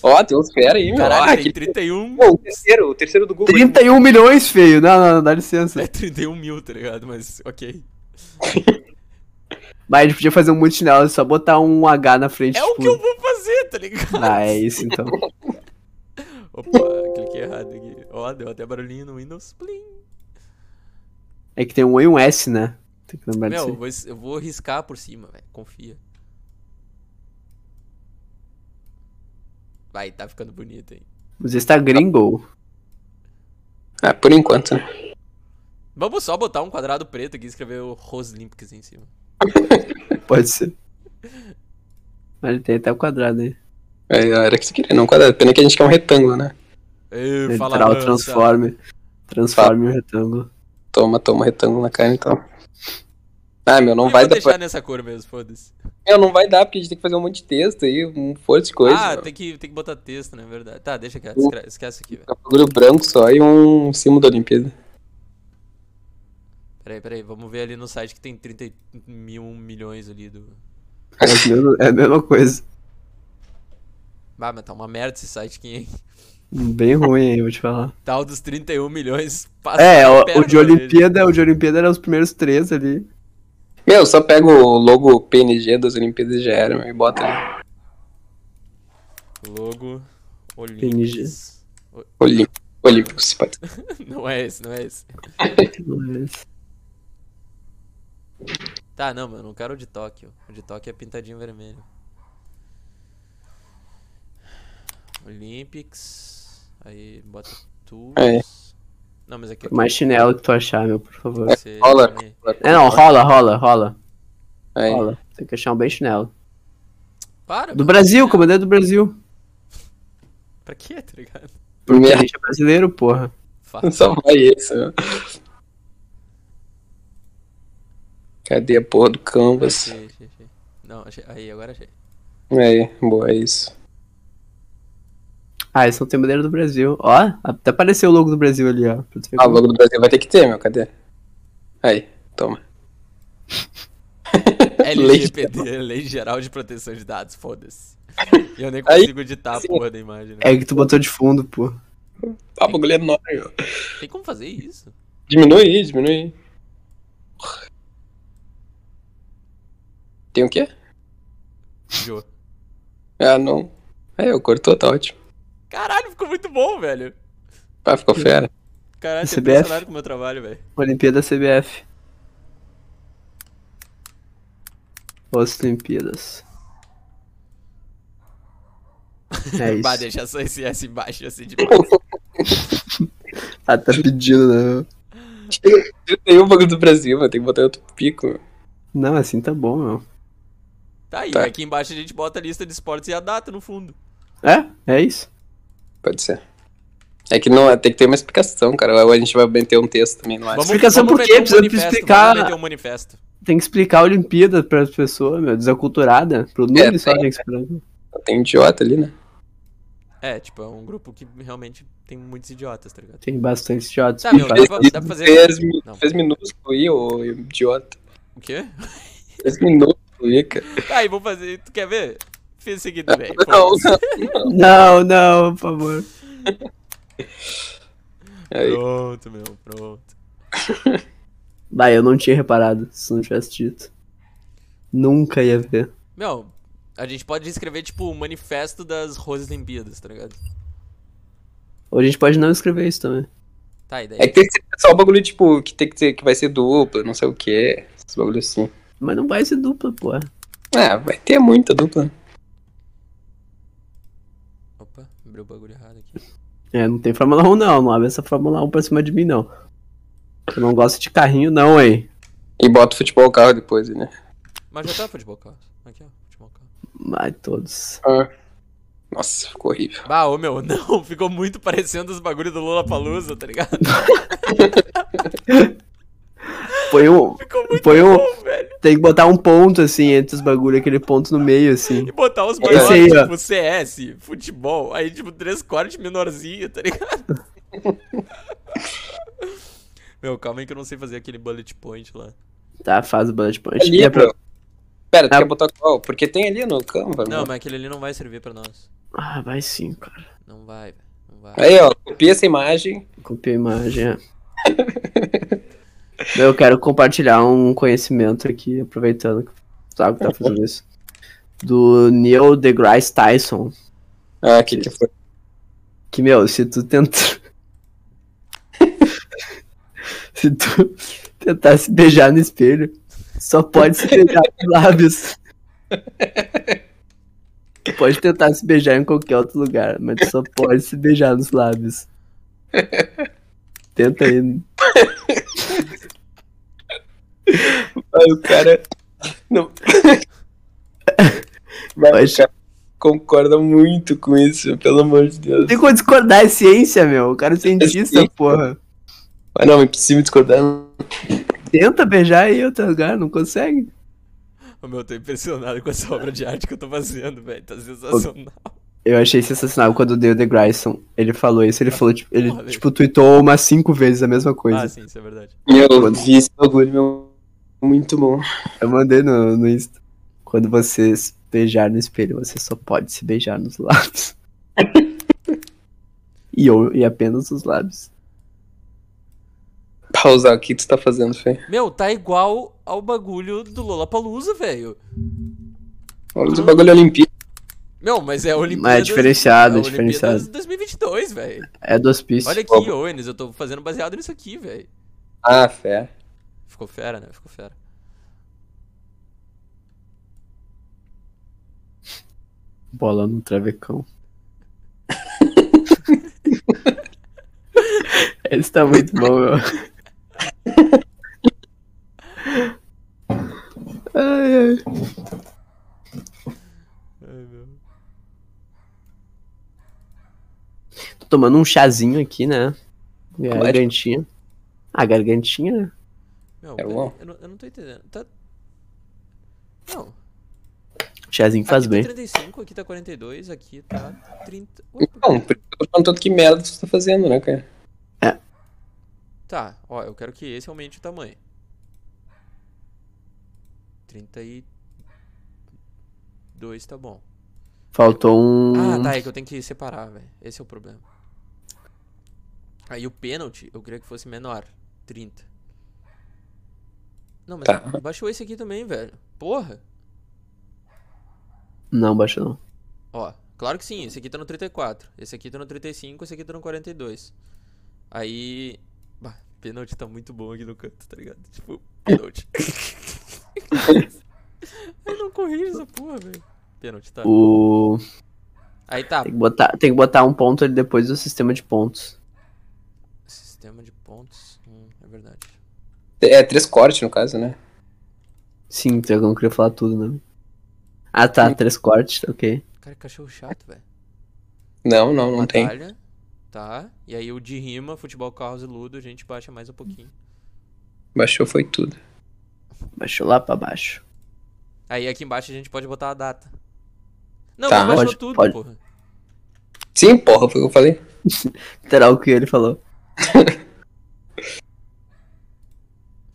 B: Ó, tem uns fera aí, meu. ah,
A: Caralho, tem
B: que...
A: 31.
B: Pô, o terceiro, o terceiro do Google.
C: 31 milhões, feio. Não, não, não, dá licença.
A: É 31 mil, tá ligado? Mas, ok.
C: Mas a gente podia fazer um multinel, só botar um H na frente.
A: É o que eu vou fazer, tá ligado?
C: Ah, é isso então.
A: Opa, cliquei errado aqui. Ó, deu até barulhinho no Windows. Plim.
C: É que tem um E e um S, né? Tem que lembrar
A: Meu, eu
C: disso.
A: vou, eu vou riscar por cima, velho. Confia. Vai, tá ficando bonito, hein?
C: Os está tá gringo.
B: Ah, por enquanto, né?
A: Vamos só botar um quadrado preto aqui e escrever o Roslympics em cima.
C: Pode ser. Mas ele tem até o quadrado aí.
B: É, era que você queria, não. quadrado. Pena que a gente quer um retângulo, né?
A: Eu tá."
C: Literal, transforme. Transforme o retângulo.
B: Toma, toma retângulo na cara, então. Ah, meu, não
A: Não
B: vai
A: vai
B: dar
A: deixar
B: pra...
A: nessa cor mesmo, foda-se.
B: Meu, não vai dar, porque a gente tem que fazer um monte de texto aí, um forte de coisa.
A: Ah,
B: meu.
A: tem que, tem que botar texto, né? Verdade. Tá, deixa quieto.
B: Hum.
A: escre- Esquece isso aqui, velho.
B: Um bagulho branco só e um símbolo da Olimpíada.
A: Peraí, peraí. Vamos ver ali no site que tem 30 mil milhões ali do.
C: É, o mesmo- é a mesma coisa.
A: Ah, mas tá uma merda esse site aqui, hein?
C: Bem ruim aí, vou te falar.
A: Tal dos 31 milhões. Passa
C: É, o, o
A: perna
C: de
A: dele.
C: Olimpíada, o de Olimpíada era os primeiros três ali.
B: Meu, só pega o logo PNG das Olimpíadas e já era, meu, e bota ali.
A: Logo.
C: PNG.
A: Olympics.
B: Olim- Olímpicos, pode ser.
A: Não é esse, não é esse. Tá, não, mano. Não quero o de Tóquio. O de Tóquio é pintadinho vermelho. Olympics. Aí bota tools.
B: É.
A: Não, mas aqui é
C: Mais chinelo que tu achar, meu, por favor.
A: você.
B: Rola.
C: É, não, rola, rola, rola.
B: Aí.
C: Rola. Tem que achar um bem chinelo.
A: Para,
C: Do
A: mano.
C: Brasil, comandante do Brasil.
A: Pra quê, tá ligado?
C: Porque a
B: Merda,
C: gente é brasileiro, porra.
A: Fala.
B: Só vai né? esse, meu. Cadê a porra do canvas?
A: Achei, achei, achei. Não, achei. Aí, agora achei.
B: Aí, boa, é isso.
C: Ah, eles não tem bandeira do Brasil. Ó, até apareceu o logo do Brasil ali, ó. pra tu ver
B: Ah, o
C: como-
B: logo do Brasil vai ter que ter, meu, cadê? Aí, toma.
A: LGPD, Lei Geral de Proteção de Dados, foda-se. E eu nem
B: Aí-
A: consigo editar a porra da imagem. Né?
C: É que tu botou de fundo, pô.
B: Ah, bagulho é enorme.
A: Tem como fazer isso?
B: Diminui aí, diminui aí. Tem o quê?
A: Jô.
B: Ah, não. É, eu cortou, tá ótimo.
A: Caralho, ficou muito bom, velho.
B: Ah, ficou fera.
A: Caralho, tô
C: CBF.
A: impressionado com o meu trabalho, velho.
C: Olimpíada CBF. As Olimpíadas. É
A: Bah,
C: isso.
A: deixa só esse S embaixo assim de
C: Ah, tá pedindo, né?
B: Tem o bagulho do Brasil, mano. Tem que botar outro pico, meu.
C: Não, assim tá bom, meu.
A: Tá aí,
B: Tá.
A: aqui embaixo a gente bota a lista de esportes e a data no fundo.
C: É, é isso.
B: Pode ser. É que não, tem que ter uma explicação, cara. Ou a gente vai meter um texto também, não acho.
C: Explicação por quê?
A: meter
C: Precisa explicar.
A: Vamos meter um manifesto.
C: Tem que explicar a Olimpíada pras pessoas, meu. Desaculturada. Pro Nunes só
B: tem,
C: tem que explicar.
B: Tem idiota ali, né?
A: É, tipo, é um grupo que realmente tem muitos idiotas, tá ligado?
C: Tem bastante idiotas.
A: Tá, meu, dá
C: pimpados.
A: pra, dá pra fazer.
B: Fez, mi-
A: Não.
B: fez minúsculo aí, ô idiota.
A: O quê?
B: Fez minúsculo aí, cara.
A: Tá aí, vou fazer. Tu quer ver? Fiz seguido, velho.
B: Não, é
A: Foda-se.
B: não, não.
C: Não, não, por favor.
B: Aí,
A: Pronto, meu, pronto.
C: Bah, eu não tinha reparado se não tivesse dito. Nunca ia ver.
A: Meu, a gente pode escrever, tipo, o manifesto das Rosas Olimpíadas, tá ligado?
C: Ou a gente pode não escrever isso também.
A: Tá aí, daí.
B: É que tem que ser só o bagulho, tipo, que tem que ser, que vai ser dupla, não sei o quê. Esses bagulhos assim.
C: Mas não vai ser dupla, porra.
B: Ah, vai ter muita dupla.
A: Opa, abriu o bagulho errado aqui.
C: É, não tem Fórmula 1 não, não abre essa Fórmula 1 pra cima de mim não. Eu não gosto de carrinho não, hein.
B: E bota o futebol carro depois, né?
A: Mas já tá futebol carro. Aqui, ó, futebol carro.
C: Ai, todos.
B: Nossa, ficou horrível.
A: Bah, ô meu, não, ficou muito parecendo os bagulhos do Lula Palusa, tá ligado?
C: Põe um...
A: Ficou muito
C: Põe um...
A: bom, velho.
C: Tem que botar um ponto, assim, entre os bagulho, aquele ponto no meio, assim.
A: E botar os
C: Esse
A: maiores,
C: aí, ó.
A: tipo, CS, futebol, aí, tipo, três cortes menorzinho, tá ligado? Meu, calma aí que eu não sei fazer aquele bullet point lá.
C: Tá, faz o bullet point.
B: Ali,
C: E é pra-
B: meu. Pera, tu
C: Ah.
B: quer botar qual? Porque tem ali no Canva,
A: Tá Não,
B: não,
A: mas aquele ali não vai servir pra nós.
C: Ah, vai sim, cara.
A: Não vai, velho. Não vai.
B: Aí, ó, copia essa imagem.
C: Copiei a imagem, é. Eu quero compartilhar um conhecimento aqui, aproveitando que o Thiago tá fazendo isso. Do Neil deGrasse Tyson.
B: Ah, o que que foi?
C: Que, meu, se tu tenta. se tu tentar se beijar no espelho, só pode se beijar nos lábios. Tu pode tentar se beijar em qualquer outro lugar, mas tu só pode se beijar nos lábios. Tenta aí.
B: Aí o cara. Não. Mas
C: Mas-
B: o cara concorda muito com isso, pelo amor de Deus.
C: Tem como discordar, é ciência, meu. O cara é cientista, porra.
B: Mas não, é impossível discordar. não.
C: Tenta beijar em outro lugar, não consegue.
A: Ô, meu, eu tô impressionado com essa obra de arte que eu tô fazendo, velho. Tá sensacional.
C: Eu achei sensacional quando o Neil deGrasse ele falou isso. Ele falou, tipo, ele,
A: Olha aí.
C: tipo, tweetou umas cinco vezes a mesma coisa.
A: Ah, sim, isso é verdade.
B: Meu, vi esse bagulho, meu. Muito bom.
C: Eu mandei no, no Insta. Quando você se beijar no espelho, você só pode se beijar nos lábios. e, eu, e apenas os lábios.
B: Pausar, o que tu tá fazendo, Fê?
A: Meu, tá igual ao bagulho do Lula Palusa, velho.
B: Olha os bagulho é olímpico.
A: Meu, mas é a Olimpíada.
C: Mas é diferenciado, é
A: Olimpíada
C: diferenciado.
A: 2022, velho.
C: É do hospício.
A: Olha aqui, ô, Enes, eu tô fazendo baseado nisso aqui, velho.
B: Ah, fé.
A: Ficou fera, né? Ficou fera.
C: Bola no travecão. Esse tá muito bom, meu. Ai, ai.
A: Ai, meu.
C: Tô tomando um chazinho aqui, né? Gargantinha.
B: Gargantinha.
C: Ah, gargantinha, né?
A: Meu,
B: É
A: peraí,
B: bom?
A: eu, não, eu não tô entendendo. Tá. Não.
C: Chazinho faz
A: aqui
C: bem.
A: tá 35, aqui tá 42, aqui tá 30.
B: Não, por isso que eu tô falando tanto que merda tu tá fazendo, né, cara?
A: Tá, ó, eu quero que esse aumente o tamanho. 32 tá bom.
C: Faltou um.
A: Ah, tá, é que eu tenho que separar, velho. Esse é o problema. Aí o pênalti, eu queria que fosse menor. 30. Não, mas
B: Tá.
A: baixou esse aqui também, velho. Porra.
C: Não, baixou não.
A: Ó, claro que sim, esse aqui tá no 34. Esse aqui tá no 35, esse aqui tá no 42. Aí. Bah, pênalti tá muito bom aqui no canto, tá ligado? Tipo, pênalti. Eu não corrijo essa porra, velho. Pênalti, tá.
C: O.
A: Aí tá,
C: Tem que botar, tem que botar um ponto ali depois do sistema de pontos.
A: sistema de pontos. Hum, é verdade.
B: É três cortes, no caso, né?
C: Sim, então eu não queria falar tudo, né? Ah tá, três cortes, ok.
A: Cara, que cachorro chato, velho.
B: Não, não, não tem.
A: Batalha, Tá. E aí o de rima, futebol, carros e ludo, a gente baixa mais um pouquinho.
B: Baixou foi tudo.
C: Baixou lá pra baixo.
A: Aí aqui embaixo a gente pode botar a data. Não,
B: Tá.
A: mas baixou
C: Pode,
A: tudo,
C: pode.
A: porra.
B: Sim, porra, foi o que eu falei.
C: Literal o que ele falou.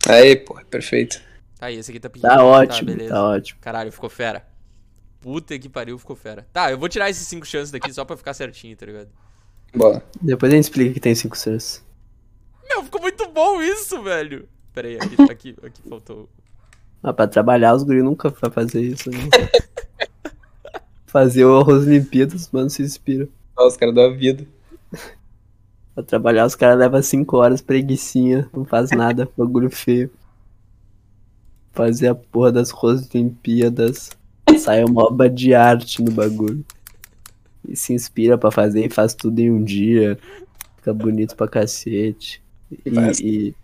B: Aí, porra, perfeito.
A: Aí, esse aqui tá pequeno.
C: Tá ótimo,
A: beleza.
C: tá ótimo.
A: Caralho, ficou fera. Puta que pariu, ficou fera. Tá, eu vou tirar esses cinco chances daqui só pra ficar certinho, tá ligado?
B: Bola.
C: Depois a gente explica que tem cinco seres.
A: Meu, ficou muito bom isso, velho. Pera aí, aqui, aqui, aqui faltou.
C: Mas Ah, pra trabalhar, os guri nunca vai fazer isso, né? fazer o arroz Olimpíadas, mano, se inspira.
B: Ó, os caras da vida.
C: Pra trabalhar, os caras levam 5 horas, preguiçinha, não faz nada, bagulho feio. Fazer a porra das Rosas Olimpíadas. Sai uma obra de arte no bagulho. E se inspira pra fazer e faz tudo em um dia. Fica bonito pra cacete. E,
B: Faz.
C: e-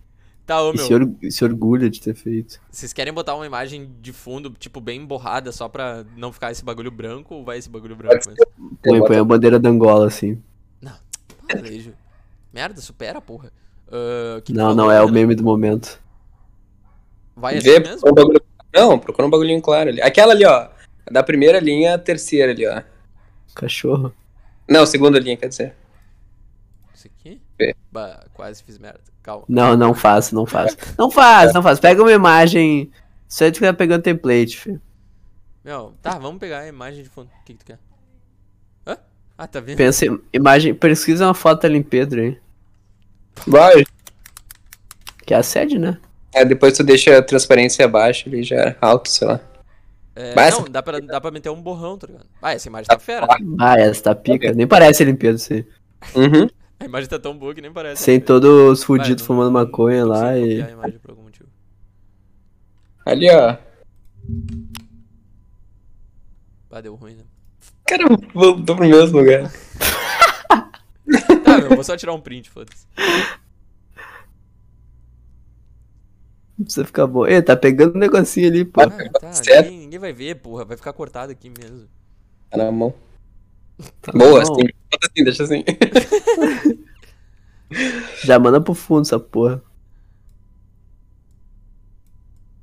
A: Tá, ô
C: e
A: meu.
C: se, or- e se orgulha de ter feito.
A: Vocês querem botar uma imagem de fundo, tipo, bem borrada, só pra não ficar esse bagulho branco ou vai esse bagulho branco mesmo?
C: Põe,
B: Bota-
C: põe a bandeira da Angola, assim.
A: Para, Lejo. Merda, supera, porra. Ah, que que
C: Não,
A: faltou,
C: não é o
A: Renan?
C: meme do momento.
A: Vai assim
B: Vê,
A: mesmo?
B: procura um bagulho... Não, procura um bagulhinho claro ali. Aquela ali, ó. Da primeira linha à terceira ali, ó.
C: Cachorro.
B: Não, segunda linha, quer dizer.
A: Isso aqui?
B: Vê.
A: Bah, quase fiz merda. Calma.
C: Não, não faço, não faço. Não faço, não faço. Pega uma imagem. Isso aí tu fica pegando template, filho.
A: Meu, tá, vamos pegar a imagem de fundo. O que, que tu quer? Hã? Ah, tá vendo?
C: Pensa, em- imagem, pesquisa uma foto ali em Pedro, hein?
B: Vai.
C: Que é a sede, né?
B: É, depois tu deixa a transparência abaixo ali, já era alto, sei lá.
A: É,
B: Mas
A: não,
B: essa-
A: dá pra, dá pra meter um borrão, tá ligado? Ah, essa imagem tá fera.
C: Ah, essa tá pica. Nem parece a Olimpíada, assim.
B: Uhum.
A: A imagem tá tão boa que nem parece.
C: Sem
A: Vai,
C: todos os
A: não-
C: fudidos fumando
A: não
C: maconha
A: consigo
C: lá e.
A: copiar a imagem por algum motivo.
B: Ali, ó.
A: Bah, deu ruim, né?
B: Cara, voltou pro mesmo lugar.
A: Tá, meu, vou só tirar um print, foda-se.
C: Não precisa ficar bom. Ê, tá pegando um negocinho ali, pô.
A: Ah, tá,
B: Sério?
A: ninguém, ninguém vai ver, porra. Vai ficar cortado aqui mesmo.
B: Tá na mão.
C: Tá
B: Boa,
C: bom.
B: assim. Bota assim, deixa assim.
C: Já manda pro fundo essa porra.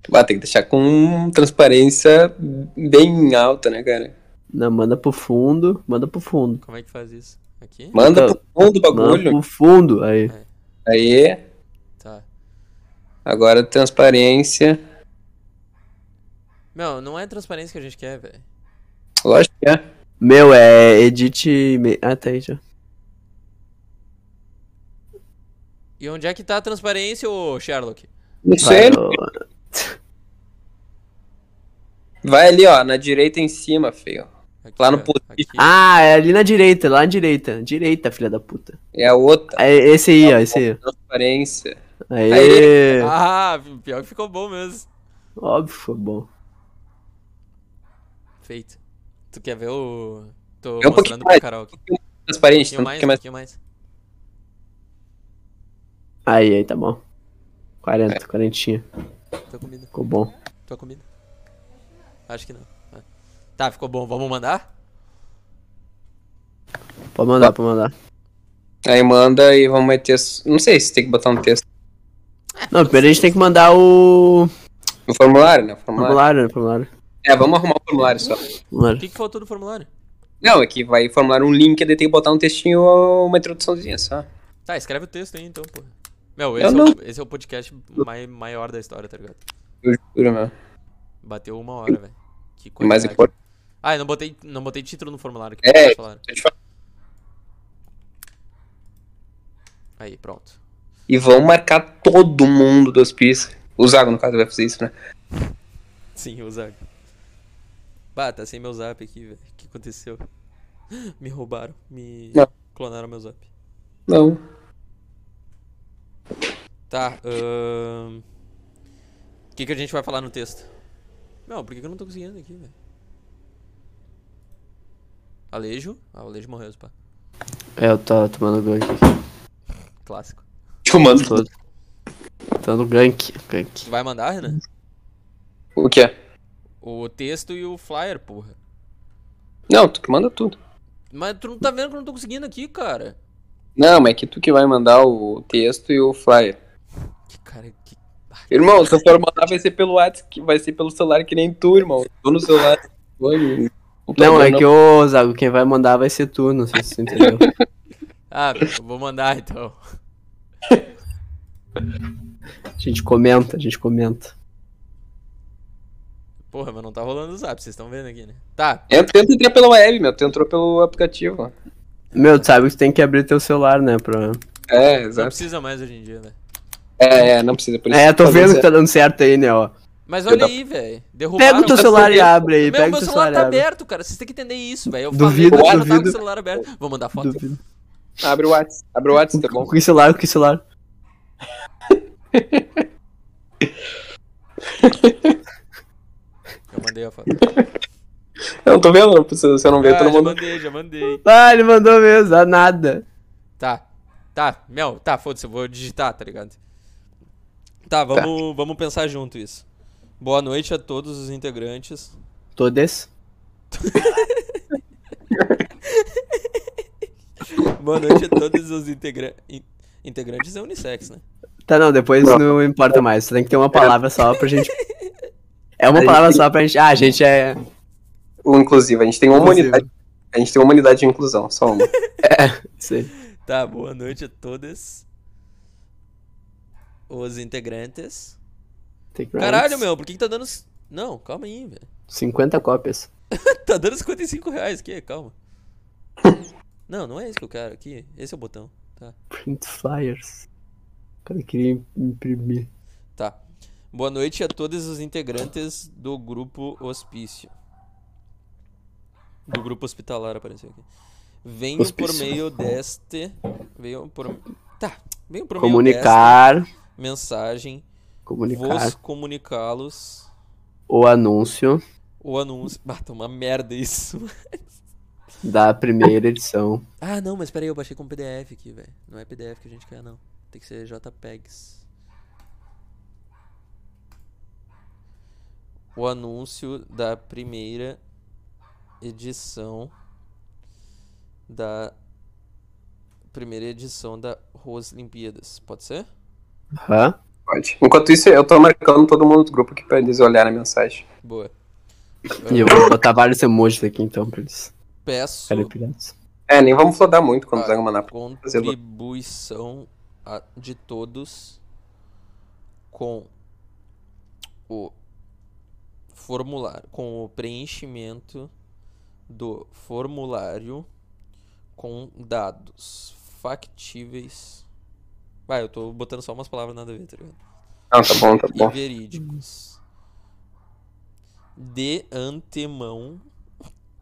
B: Bah, tem que deixar com transparência bem alta, né, cara?
C: Não, manda pro fundo, manda pro fundo.
A: Como é que faz isso? Aqui?
B: Manda
C: Então,
B: pro fundo o
C: Manda
B: bagulho.
C: pro fundo. Aí.
B: Aí,
A: Tá.
B: agora transparência.
A: Meu, não é transparência que a gente quer, velho.
B: Lógico que é.
C: Meu, é. Edit. me- Ah, tá aí já.
A: E onde é que tá a transparência, ô Sherlock?
B: Não
C: Vai,
B: sei. né?
C: ô,
B: Vai ali, ó, na direita em cima, feio.
A: Aqui,
B: Lá no
A: ó,
B: post.
A: aqui.
C: Ah, é ali na direita, lá na direita. Direita, filha da puta.
B: É a outra.
C: É esse aí, ó, esse aí.
B: Transparência.
C: Aê!
A: Ah, pior que ficou bom mesmo.
C: Óbvio, foi bom.
A: Feito. Tu quer ver o. Tô
B: É um pouquinho
A: mostrando pro
B: mais.
A: Carol aqui. Um
B: Transparente,
A: pouquinho
B: não
A: mais,
B: fica
A: um
B: mais.
A: pouquinho mais.
C: Aí, aí, tá bom. 40, quarentinha.
A: Tua comida,
C: Ficou bom.
A: tua comida. Acho que não. Ah. Tá, ficou bom. Vamos mandar?
C: Pode mandar, pode mandar.
B: Aí manda e vamos meter. Não sei se tem que botar um texto
C: Não, primeiro a gente tem que mandar o
B: no formulário, né? Formulário.
C: formulário, né? Formulário.
B: É, vamos arrumar o formulário só.
A: O
C: formulário.
A: que, que faltou no formulário?
B: Não, é que vai formular um link, daí tem que botar um textinho ou uma introduçãozinha só.
A: Tá, escreve o texto aí então, pô. Meu, esse,
B: Eu
A: é,
B: não-
A: o, esse é o podcast mai, maior da história, tá ligado?
B: Eu juro, meu.
A: Bateu uma hora, velho. Que
B: O mais
A: qualidade.
B: importante.
A: Ah, eu não botei, não botei título no formulário aqui.
B: É.
A: vocês falaram.
B: Eu te falo.
A: Aí, pronto.
B: E vão marcar todo mundo das pistas. O Zago, no caso, vai fazer isso, né?
A: Sim, o Zago. Bah, tá sem meu zap aqui, velho. O que aconteceu? Me roubaram. Me
B: Não.
A: clonaram meu zap.
B: Não.
A: Tá, ahn, O que, que a gente vai falar no texto? Não, por que, que eu não tô conseguindo aqui, velho? Alejo? Ah, o Alejo morreu, pá.
C: É, eu tava tomando gank aqui.
A: Clássico.
B: Eu mando
C: Todo. Tá no gank. gank.
A: Vai mandar, Renan?
B: Uhum. O que é?
A: O texto e o flyer, porra.
B: Não, tu que manda tudo.
A: Mas tu não tá vendo que eu não tô conseguindo aqui, cara.
B: Não, mas é que tu que vai mandar o texto e o flyer.
A: Que cara, que. Ah,
B: Irmão, se eu for mandar, vai ser pelo WhatsApp, que vai ser pelo celular que nem tu, irmão. Tô no celular. Oi, o
C: Não, é
B: problema
C: que, ô, Zago, quem vai mandar vai ser tu, não sei se você entendeu.
A: Ah, eu vou mandar então.
C: A gente comenta, a gente comenta.
A: Porra, mas não tá rolando o zap, vocês estão vendo aqui, né? Tá,
B: Eu tento entrar pela web, meu. Tu entrou pelo aplicativo. ó.
C: Meu, tu sabe que tu tem que abrir teu celular, né? Pra...
B: É,
A: não
B: exato.
A: precisa mais hoje em dia, né?
B: É, é, não precisa. Por isso
C: É, tô
B: que
C: vendo que
B: tá...
C: tá dando certo aí, né, ó.
A: Mas
B: Eu
A: olha
B: dou-
A: aí, velho. Derrubaram.
C: Pega o teu celular e abre aí,
A: Meu,
C: pega o
A: meu
C: teu
A: celular
C: celular e
A: tá
C: abre.
A: aberto, cara. Vocês têm que entender isso, velho. Eu
C: Duvido,
A: falei, mas eu não tava com o
C: duvido.
A: celular aberto. Vou mandar foto.
C: Duvido.
B: Abre o WhatsApp. Abre o WhatsApp, tá
C: Com
B: bom?
C: que celular, com que celular?
A: Eu mandei a foto.
B: Eu não tô vendo, não precisa. Se eu não ver,
A: Ah,
B: todo
A: já
B: mundo.
A: mandei, já mandei.
C: Ah, ele mandou mesmo, ah, nada.
A: Tá. Tá, meu, tá, foda-se, eu vou digitar, tá ligado? Tá, vamos, vamos pensar junto isso. Boa noite a todos os integrantes.
C: Todes?
A: Boa noite a todos os integra... in- integrantes é unissex, né?
C: Tá, não, depois
B: Não.
C: não, importa mais. Tem que ter uma palavra só pra gente. É
B: A
C: uma
B: gente
C: palavra
B: tem-
C: só pra gente. Ah, a gente é.
B: O inclusivo. A gente tem uma
C: Inclusivo.
B: unidade. A gente tem uma unidade de inclusão, só uma.
C: Sei.
A: Tá, boa noite a todos os integrantes.
C: Tem que-
A: Caralho, meu, por que, que tá dando. s- Não, calma aí, velho.
C: 50 cópias.
A: Tá dando 55 reais aqui, calma. Não, não é isso que eu quero aqui. Esse é o botão. Tá.
C: Print flyers. O cara queria imprimir.
A: Tá. Boa noite a todos os integrantes do grupo hospício. Do grupo hospitalar apareceu aqui. Venho por
C: Hospício.
A: meio deste. Venho por. Tá. Venho por meio
C: Comunicar.
A: desta mensagem.
C: Comunicar.
A: Vos comunicá-los
C: O anúncio
A: o anúncio. Bah, tá uma merda isso.
C: da primeira edição.
A: Ah, não, mas peraí, eu baixei como PDF aqui, velho. Não é PDF que a gente quer, não. Tem que ser JPEGs. O anúncio da primeira edição da primeira edição da Rose Olimpíadas. Pode ser?
C: Aham.
B: Pode. Enquanto isso, eu tô marcando todo mundo do grupo aqui pra eles olharem a mensagem.
A: Boa.
C: E eu vou botar vários emojis aqui então pra eles
A: Peço
C: ficarem pirados.
B: É, nem vamos flodar muito quando
A: Ah.
B: o Zago mandar.
A: contribuição a- de todos com o formulário, com o preenchimento do formulário com dados factíveis. Vai, eu tô botando só umas palavras nada a ver, tá ligado?
B: Não, tá bom, tá
A: E
B: bom.
A: verídicos. De antemão,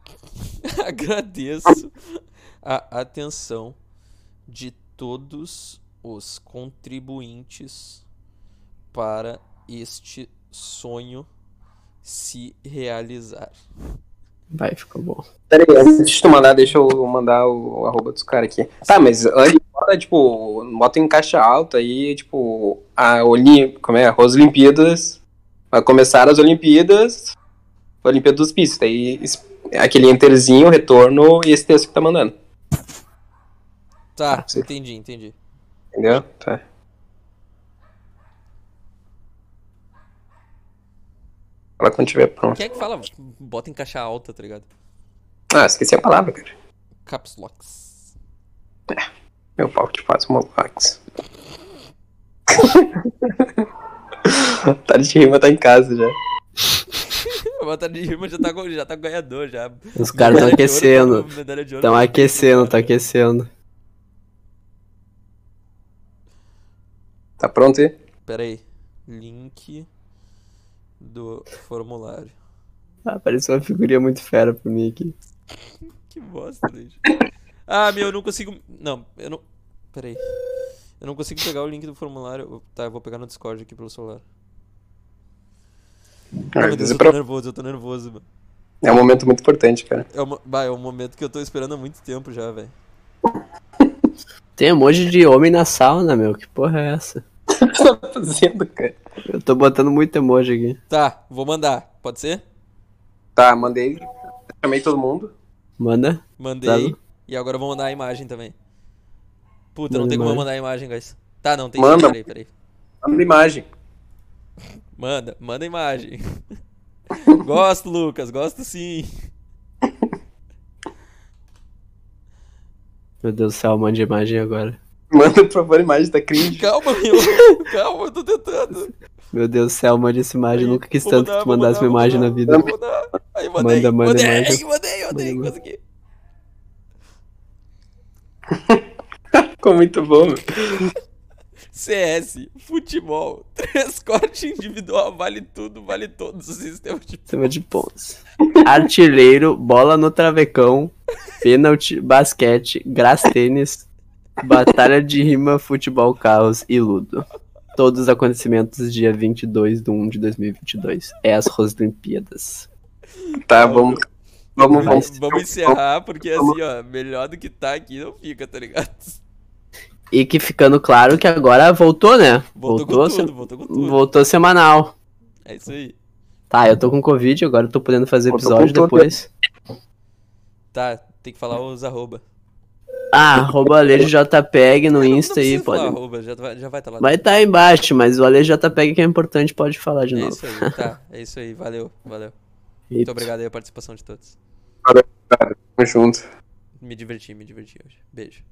A: agradeço a atenção de todos os contribuintes para este sonho se realizar.
C: Vai, ficou bom.
B: Peraí, antes de tu mandar, deixa eu mandar o, o arroba dos caras aqui. Tá, mas antes, bota, tipo, bota em caixa alta aí, tipo, a Olim... Como é? As Olimpíadas. Vai começar as Olimpíadas. Olimpíada dos Pistas. Daí es- aquele enterzinho, retorno e esse texto que tá mandando.
A: Tá,
C: Ah,
B: sim.
A: entendi, entendi.
B: Entendeu? Tá. Fala quando tiver pronto.
A: Quem é que fala? Bota em caixa alta, tá ligado?
B: Ah, esqueci a palavra, cara.
A: Caps locks.
B: Meu pau te faz uma lax. tá de rima, tá em casa já.
A: A batalha de rima já tá, com- já tá com ganhador, já.
C: Os
A: Medalha
C: caras estão
A: de ouro,
C: aquecendo.
A: medalha de ouro.
C: Estão aquecendo, tá aquecendo.
B: Tá pronto aí?
A: Pera aí. Link do formulário.
C: Ah, apareceu uma figurinha muito fera pra mim aqui.
A: Que bosta, gente. Ah, meu, eu não consigo. Não, eu não. Pera aí. Eu não consigo pegar o link do formulário. Tá, eu vou pegar no Discord aqui pelo celular. Ah, meu Deus, eu tô
B: Avisa é pra-
A: nervoso, eu tô nervoso, mano.
B: É um momento muito importante, cara.
A: É, uma... bah, é um momento que eu tô esperando há muito tempo já, velho.
C: Tem emoji de homem na sauna, meu. Que porra é essa?
B: O que você tá fazendo, cara?
C: Eu tô botando muito emoji aqui.
A: Tá, vou mandar. Pode ser?
B: Tá, mandei. Chamei todo mundo.
C: Manda.
A: Mandei.
C: Tá.
A: E agora eu vou mandar a imagem também. Puta, não
C: Manda
A: tem como eu
C: imagem.
A: mandar a imagem, guys. Tá, não, tem
B: Manda.
A: Peraí, peraí.
B: Manda imagem.
A: Manda, manda a imagem. gosto, Lucas, gosto sim.
C: Meu Deus do céu, mande imagem agora.
B: Manda, por favor, imagem da cringe.
A: Calma, meu. Calma, eu tô tentando.
C: Meu Deus do céu, mande essa imagem.
A: Aí,
C: Nunca quis
A: vou
C: tanto
A: mandar,
C: que tu
A: vou
C: mandasse
A: mandar,
C: uma
A: vou
C: imagem na
A: mandar,
C: vida.
A: vou mandar. Aí mandei,
C: Manda, manda
A: mandei,
C: imagem.
A: mandei, mandei,
C: Manda.
A: consegui.
B: Ficou muito bom, meu.
A: CS, futebol, transporte individual, vale tudo, vale todos os sistemas de...
C: Cima de pontos. Artilheiro, bola no travecão, pênalti, basquete, grastênis, batalha de rima, futebol, caos e ludo. Todos os acontecimentos dia 22 de 1 de 2022. É as Rosolimpíadas.
B: Tá, vamos. Vamos, vamos.
A: Vamos encerrar, porque assim, ó, melhor do que tá aqui não fica, tá ligado?
C: E que ficando claro que agora voltou, né?
A: Voltou, com
C: se-
A: tudo, voltou com tudo.
C: voltou semanal.
A: É isso aí.
C: Tá, eu tô com Covid, agora eu tô podendo fazer
B: Voltou
C: episódio
B: com tudo.
C: depois.
A: Tá, tem que falar os arroba. É,
C: Ah, arroba alejojpeg no
A: Não
C: Insta aí,
A: precisa falar
C: pode.
A: arroba, já vai, já vai tá lá.
C: Vai estar tá aí embaixo, mas o alejojpeg que é importante pode falar de
A: É
C: novo.
A: isso aí, tá. É isso aí, valeu, valeu. Muito
C: Eita.
A: obrigado aí a participação de todos.
B: Tamo junto.
A: Me diverti, me diverti hoje. Beijo.